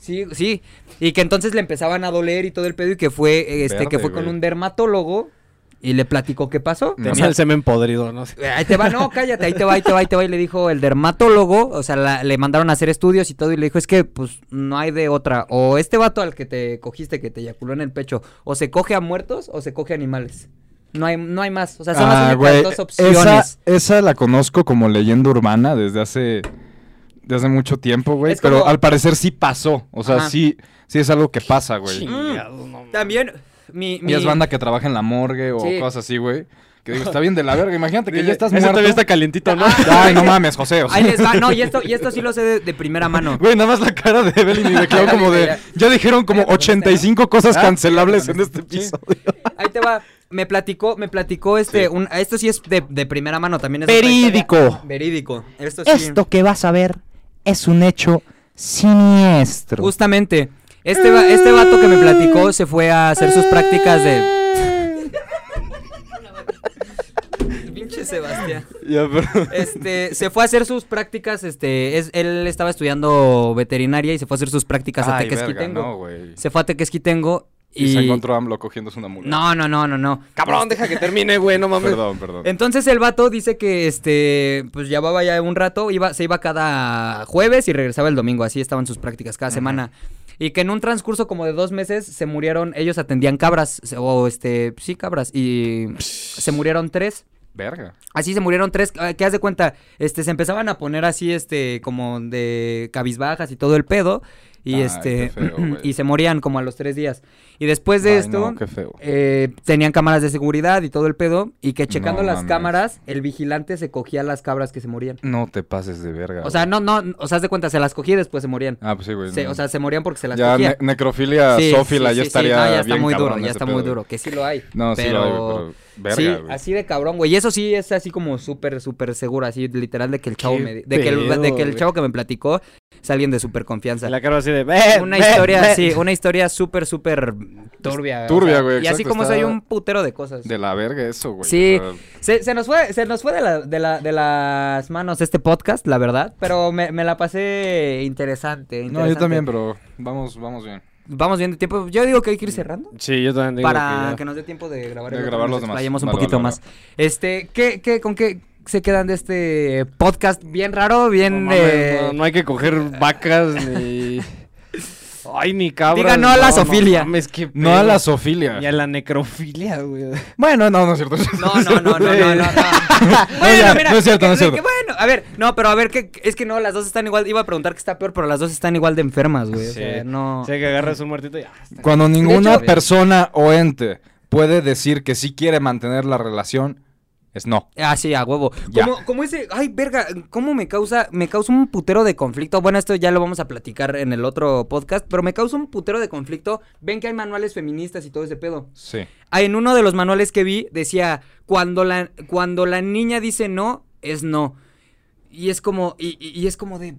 B: Sí, sí, y que entonces le empezaban a doler y todo el pedo y que fue este que
D: Verde,
B: fue con
D: güey.
B: un dermatólogo y le platicó qué pasó. O
D: Tenía
C: Tenía
B: sea,
C: el semen
B: [LAUGHS]
C: podrido, no sé.
B: eh, Ahí te va, no, cállate, ahí te va, ahí te va, ahí te va. Y le dijo el dermatólogo, o sea, la- le mandaron a hacer estudios y todo, y le dijo, es que, pues, no hay de otra. O este vato al que te cogiste, que te eyaculó en el pecho, o se coge a muertos o se coge a animales. No hay, no hay más. O sea, son las únicas dos
D: Ah, esa,
B: opciones.
D: esa la conozco como leyenda urbana desde hace, desde hace mucho tiempo, güey.
B: Es
D: Pero
B: como-
D: al parecer sí pasó. O sea,
B: Ajá.
D: sí, sí es algo que pasa, güey.
C: Chingado, no mames.
B: También, mi, mi-
D: Y es banda que trabaja en la morgue o
B: Sí.
D: cosas así, güey. Que digo, está bien de la verga. Imagínate que
C: Dile,
D: ya estás
C: ese
D: muerto.
C: todavía está calientito, ¿no?
D: Ay, no mames, José. o sea.
B: Ahí les va, no, y esto, y esto sí lo sé de, de primera mano.
D: [LAUGHS] Güey, nada más la cara de Evelyn y de
B: [LAUGHS]
D: Clau como de... Ya dijeron como
B: Ya te contaste,
D: 85 cosas
C: Ah,
D: cancelables en este
C: Sí.
D: episodio.
B: Ahí te va. Me platicó, me platicó este, un- esto sí es de, de primera mano también. Es otra
E: Verídico.
B: historia. Verídico. Esto sí.
E: Esto que vas a ver es un hecho siniestro.
B: Justamente. Este, va- este vato que me platicó se fue a hacer sus prácticas de. Pinche Sebastián.
D: [LAUGHS] Ya, pero...
B: Este, se fue a hacer sus prácticas, este, es, él estaba estudiando veterinaria y se fue a hacer sus prácticas a
D: Ay, verga,
B: Tequesquitengo.
D: no, güey.
B: se fue a Tequesquitengo y...
D: Y se encontró a AMLO cogiéndose una mula.
B: No, no, no, no, no.
C: Cabrón, deja que termine, güey, no mames.
D: Perdón, perdón.
B: Entonces el vato dice que este pues llevaba ya un rato, iba, se iba cada jueves y regresaba el domingo, así estaban sus prácticas cada semana. Y que en un transcurso como de dos meses se murieron, ellos atendían cabras, se- o este, sí, cabras, y se murieron tres.
D: Verga.
B: Así se murieron tres, eh, que haz de cuenta, este, se empezaban a poner así, este, como de cabizbajas y todo el pedo, y
D: Ay,
B: este,
D: qué feo, güey.
B: [CLEARS THROAT] y se morían como a los tres días. Y después de
D: Ay,
B: esto,
D: no, qué feo.
B: eh, tenían cámaras de seguridad y todo el pedo, y que checando
D: No
B: las
D: mames.
B: cámaras, el vigilante se cogía las cabras que se morían.
D: No te pases de verga.
B: O sea,
D: güey.
B: no, no, o sea, haz de cuenta, se las cogía y después se morían.
D: Ah, pues sí, güey.
B: Se-
D: no.
B: o sea, se morían porque se las
D: ya
B: cogía.
D: ne- necrofilia
B: Sí,
D: zófila
B: sí,
D: ya
B: sí, sí,
D: estaría
B: no, ya está
D: bien
B: muy
D: cabrón
B: duro, ya
D: ese
B: está
D: pedo,
B: muy
D: güey.
B: duro, que sí lo hay.
D: No, sí lo hay, güey, pero
B: sí,
D: verga, güey.
B: así de cabrón, güey. Y eso sí es así como súper, súper seguro, así literal de que el chavo
C: Qué
B: me di- de que el, de
C: pedo,
B: que el
C: güey.
B: chavo que me platicó es alguien de súper confianza.
C: La cara así de...
D: eh,
C: "Ve,
B: Una
C: ve,
B: historia,
C: ve".
B: sí, una historia súper, súper turbia. o
D: Turbia,
B: sea,
D: güey,
B: Y así
D: exacto,
B: como eso
D: está-
B: hay un putero de cosas.
D: De la verga eso, güey.
B: Sí.
D: o sea,
B: Se, se nos fue, se nos fue de, la- de, la- de las manos este podcast, la verdad, pero me, me la pasé interesante,
D: no, yo
B: interesante.
D: también, pero vamos, vamos bien.
B: Vamos viendo tiempo. Yo digo que hay que ir cerrando.
C: Sí, yo también digo
B: para que,
C: que ya.
B: nos dé tiempo de grabar,
D: De
B: el otro,
D: grabar
B: nos
D: los demás.
B: explayemos un
D: Vale,
B: poquito
D: vale,
B: más. Este, ¿qué, qué, ¿con qué se quedan de este podcast bien raro,
C: No,
B: bien...
C: mames,
B: eh,
C: no, no hay que coger vacas ni. Ay, ni cabras.
B: Diga no a la zoofilia.
C: mames, qué
D: No a
C: pedo.
D: la zoofilia.
C: Ni a la necrofilia, güey.
D: Bueno, no, no es cierto.
B: No, no, no, no, no, no,
D: [LAUGHS]
B: no. Bueno,
D: ya,
B: mira,
D: no es cierto, no es
B: que-
D: cierto.
B: que bueno, a ver, no, pero a ver, que, es que no, las dos están igual, iba a preguntar que está peor, pero las dos están igual de enfermas, güey. O
C: Sí.
B: sea, no.
C: O sea, que agarras un muertito y. ah, está-
D: Cuando ninguna
B: hecho-
D: persona o ente puede decir que sí quiere mantener la relación, es no.
B: Ah, sí, a huevo.
D: Ya.
B: Como, como ese, ay, verga, cómo me causa, me causa un putero de conflicto. Bueno, esto ya lo vamos a platicar en el otro podcast, pero me causa un putero de conflicto. Ven que hay manuales feministas y todo ese pedo.
D: Sí.
B: Ah, En uno de los manuales que vi decía, cuando la, cuando la niña dice no, es no. Y es como, y, y- y es como de,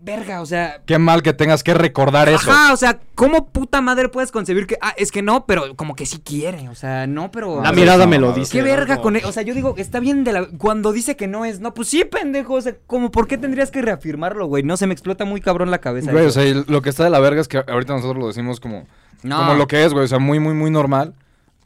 B: verga, o sea,
D: Qué mal que tengas que recordar eso.
B: Ajá, o sea, ¿cómo puta madre puedes concebir que, ah, es que no, pero como que sí quiere, o sea, no, pero...
C: La
D: Madre,
C: mirada
D: no,
C: me lo
D: madre.
C: dice.
B: ¿Qué verga
C: ¿no?
B: con él? O sea, yo digo, está bien de la... Cuando dice que no es, no, pues sí, pendejo, o sea, como, ¿por qué tendrías que reafirmarlo, güey? No, se me explota muy cabrón la cabeza.
D: Güey, o
B: eso.
D: sea, y lo que está de la verga es que ahorita nosotros lo decimos como,
B: No.
D: como lo que es, güey. O sea, muy, muy, muy normal.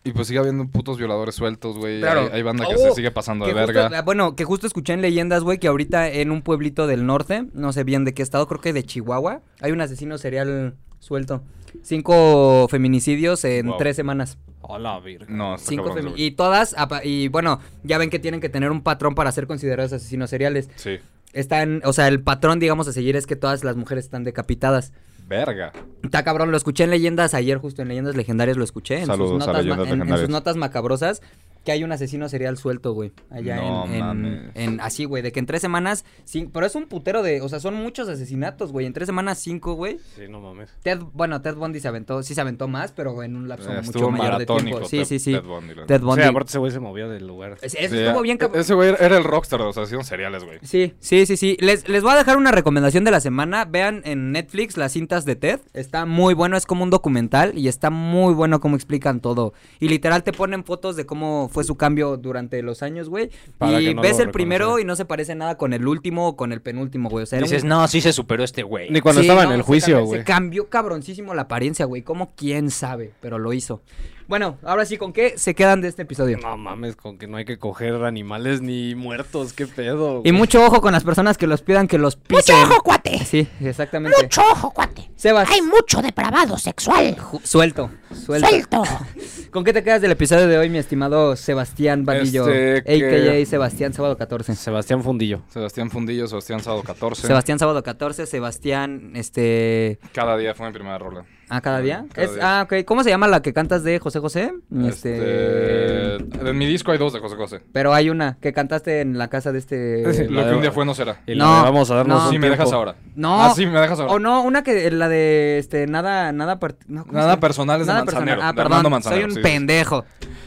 D: Y pues sigue habiendo putos violadores sueltos, güey.
B: Claro.
D: Hay, hay banda que
B: Oh,
D: se sigue pasando de
B: Que justo-
D: verga.
B: ah, bueno, que justo escuché en leyendas, güey, que ahorita en un pueblito del norte, no sé bien de qué estado, creo que de Chihuahua, hay un asesino serial suelto. Cinco feminicidios en
D: Wow.
B: tres semanas.
C: Hola, virgen.
D: No, está
B: Cinco
D: cabrón,
B: femi-
D: güey.
B: Y todas, apa- y bueno, ya ven que tienen que tener un patrón para ser considerados asesinos seriales.
D: Sí.
B: Están, o sea, el patrón, digamos, a seguir es que todas las mujeres están decapitadas.
D: Verga.
B: Está cabrón, lo escuché en leyendas ayer, justo en leyendas legendarias lo escuché. En
D: Saludos a
B: sus notas, ma-
D: Leyendas
B: en- en, sus
D: Legendarias.
B: notas macabrosas. Que hay un asesino serial suelto, güey. Allá
D: No
B: en, en-
D: mames.
B: en- Así, güey. De que en tres semanas. cin- pero es un putero de. O sea, son muchos asesinatos, güey. En tres semanas, cinco, güey.
C: Sí, no mames.
B: Ted, bueno, Ted Bundy se aventó. Sí se aventó más, pero en un lapso
D: Eh,
B: mucho
D: Estuvo
B: mayor de
D: maratónico.
B: tiempo. Sí,
D: Ted-
B: sí, sí.
D: Ted Bundy, la
B: Ted
C: O
B: Bundy.
C: sea, aparte ese güey se movió del lugar.
B: Es- es-
D: Sí,
B: estuvo
D: eh,
B: bien cabrón.
D: Ese güey era el rockstar de los asesinos seriales, güey.
B: Sí, sí, sí, sí. Les, les voy a dejar una recomendación de la semana. Vean en Netflix las cintas de Ted. Está muy bueno, es como un documental y está muy bueno cómo explican todo. Y literal te ponen fotos de cómo fue su cambio durante los años, güey.
C: Para
B: Y
C: que no
B: ves
C: lo
B: el primero y
C: reconocen.
B: no se parece nada con el último o con el penúltimo, güey. O sea, era un-
H: no, sí se superó este güey.
C: Ni cuando
B: Sí,
C: estaba
B: no,
C: en el
B: se
C: juicio,
B: cambió-
C: güey.
B: Se cambió cabroncísimo la apariencia, güey. ¿Cómo quién sabe? Pero lo hizo. Bueno, ahora sí, ¿con qué se quedan de este episodio?
C: No mames, con que no hay que coger animales ni muertos, qué pedo.
B: Y
C: güey.
B: mucho ojo con las personas que los pidan que los pisen.
I: Mucho ojo, cuate.
B: Sí, exactamente.
I: Mucho ojo, cuate.
B: Sebas.
I: Hay mucho depravado sexual.
B: Ju- Suelto, suelto.
I: Suelto.
B: [LAUGHS] ¿Con qué te quedas del episodio de hoy, mi estimado Sebastián Vadillo?
D: Este,
B: AKA
D: que-
B: Sebastián Sábado 14.
C: Sebastián Fundillo.
D: Sebastián Fundillo, Sebastián Sado 14.
B: Sebastián Sábado 14, Sebastián, este.
D: Cada día fue mi primera rola.
B: ¿Ah, cada día?
D: Cada
B: Es-
D: día.
B: Ah, ok. ¿Cómo se llama la que cantas de José José? Este.
D: Este... En mi disco hay dos de José José.
B: Pero hay una que cantaste en la casa de
D: [LAUGHS]
B: este.
D: Lo que un día fue no será.
C: Y
B: No,
C: la de vamos a darnos
B: no.
C: un
D: Sí, me
C: tiempo.
D: dejas ahora.
B: No.
D: Ah, sí, me dejas ahora.
B: O no, una que la de este nada nada part- no, ¿cómo se
D: Nada
B: llama?
D: personal es de
B: Nada
D: Manzanero.
B: personal. Ah,
D: de Armando
B: perdón,
D: Manzanero,
B: soy un
D: sí, sí, sí.
B: pendejo.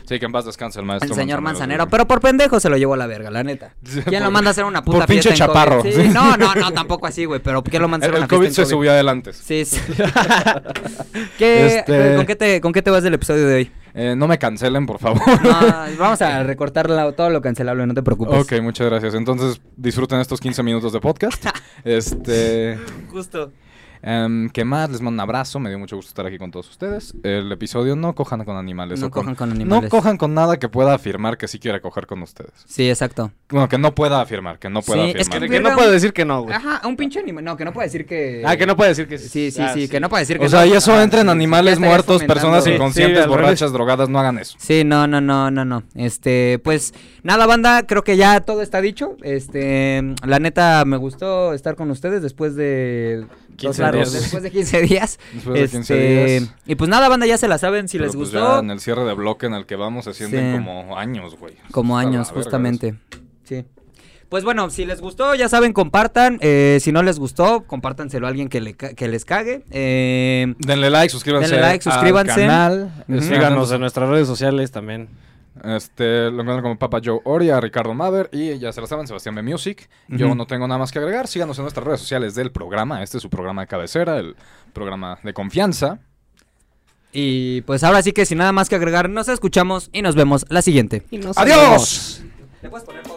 D: Sí, que en paz descanse el
B: El
D: maestro.
B: señor Manzanero,
D: sí.
B: pero por pendejo se lo llevó a la verga, la neta.
D: Sí,
B: ¿Quién lo
D: por-
B: manda a hacer una
D: por
B: puta
D: pinche
B: fiesta en
D: chaparro.
B: COVID? Sí, no, no, no, tampoco así, güey, pero ¿quién lo manda a
D: El,
B: hacer
D: el
B: una
D: COVID
B: fiesta
D: se
B: en
D: subió adelante.
B: Sí,
D: [LAUGHS]
B: sí. ¿Qué-
D: Este-
B: ¿con, qué te, ¿Con qué te vas del episodio
D: [LAUGHS]
B: de hoy?
D: Eh, no me cancelen, por favor.
B: No,
D: [LAUGHS]
B: vamos a recortar la- todo lo cancelable, no te preocupes.
D: ok, muchas gracias. Entonces, disfruten estos 15 minutos
B: [LAUGHS]
D: de podcast. este.
B: Justo.
D: em, ¿Qué más? Les mando un abrazo. Me dio mucho gusto estar aquí con todos ustedes. El episodio no cojan con animales.
B: No
D: o con-
B: cojan con animales.
D: No cojan con nada que pueda afirmar que sí quiera coger con ustedes.
B: Sí, exacto.
D: Bueno, que no pueda afirmar, que no pueda
B: Sí, es
D: afirmar.
C: Que,
B: que-
C: que no puede decir que no, güey.
B: Ajá, un pinche animal. No, que no puede decir que.
C: Ah, que no puede decir que
B: Ah, Sí, sí,
C: Ah,
B: sí, que no puede decir que.
D: O sea,
B: no.
D: y eso
B: Ajá,
D: entra en
B: sí, sí, ya
D: animales
B: estarías
D: muertos,
B: fomentando-
D: personas
C: Sí, sí, al
D: inconscientes,
C: revés.
D: borrachas, drogadas, no hagan eso.
B: Sí, no, no, no, no, no. Este, pues nada, banda, creo que ya todo está dicho. Este, la neta, me gustó estar con ustedes después de
C: 15
B: dos largos-
C: días.
B: Después de 15 días.
D: [LAUGHS] Después de 15
B: Este,
D: días.
B: Y pues nada, banda, ya se la saben. Si
D: Pero,
B: les
D: pues,
B: gustó,
D: ya en el cierre de bloque en el que vamos se sienten
B: Sí.
D: como años, güey.
B: como
D: Está la
B: años,
D: verga eso.
B: justamente. Sí. Pues bueno, si les gustó, ya saben, compartan. Eh, si no les gustó, compártanselo a alguien que, le ca- que les cague. Eh,
D: Denle like, suscríbanse.
B: Denle like,
D: al
B: suscríbanse.
D: canal.
B: Ujú.
D: Este,
C: Síganos en nuestras redes sociales también.
D: Este, lo encuentran como Papa Joe Oria, Ricardo Maver y ya se la saben, Sebastián B Music. Yo
B: Ujú.
D: no tengo nada más que agregar. Síganos en nuestras redes sociales del programa. Este es su programa de cabecera, el programa de confianza.
B: y pues ahora sí que sin nada más que agregar, nos escuchamos y nos vemos la siguiente.
D: ¡Adiós!
B: ¿Le puedes poner pausa?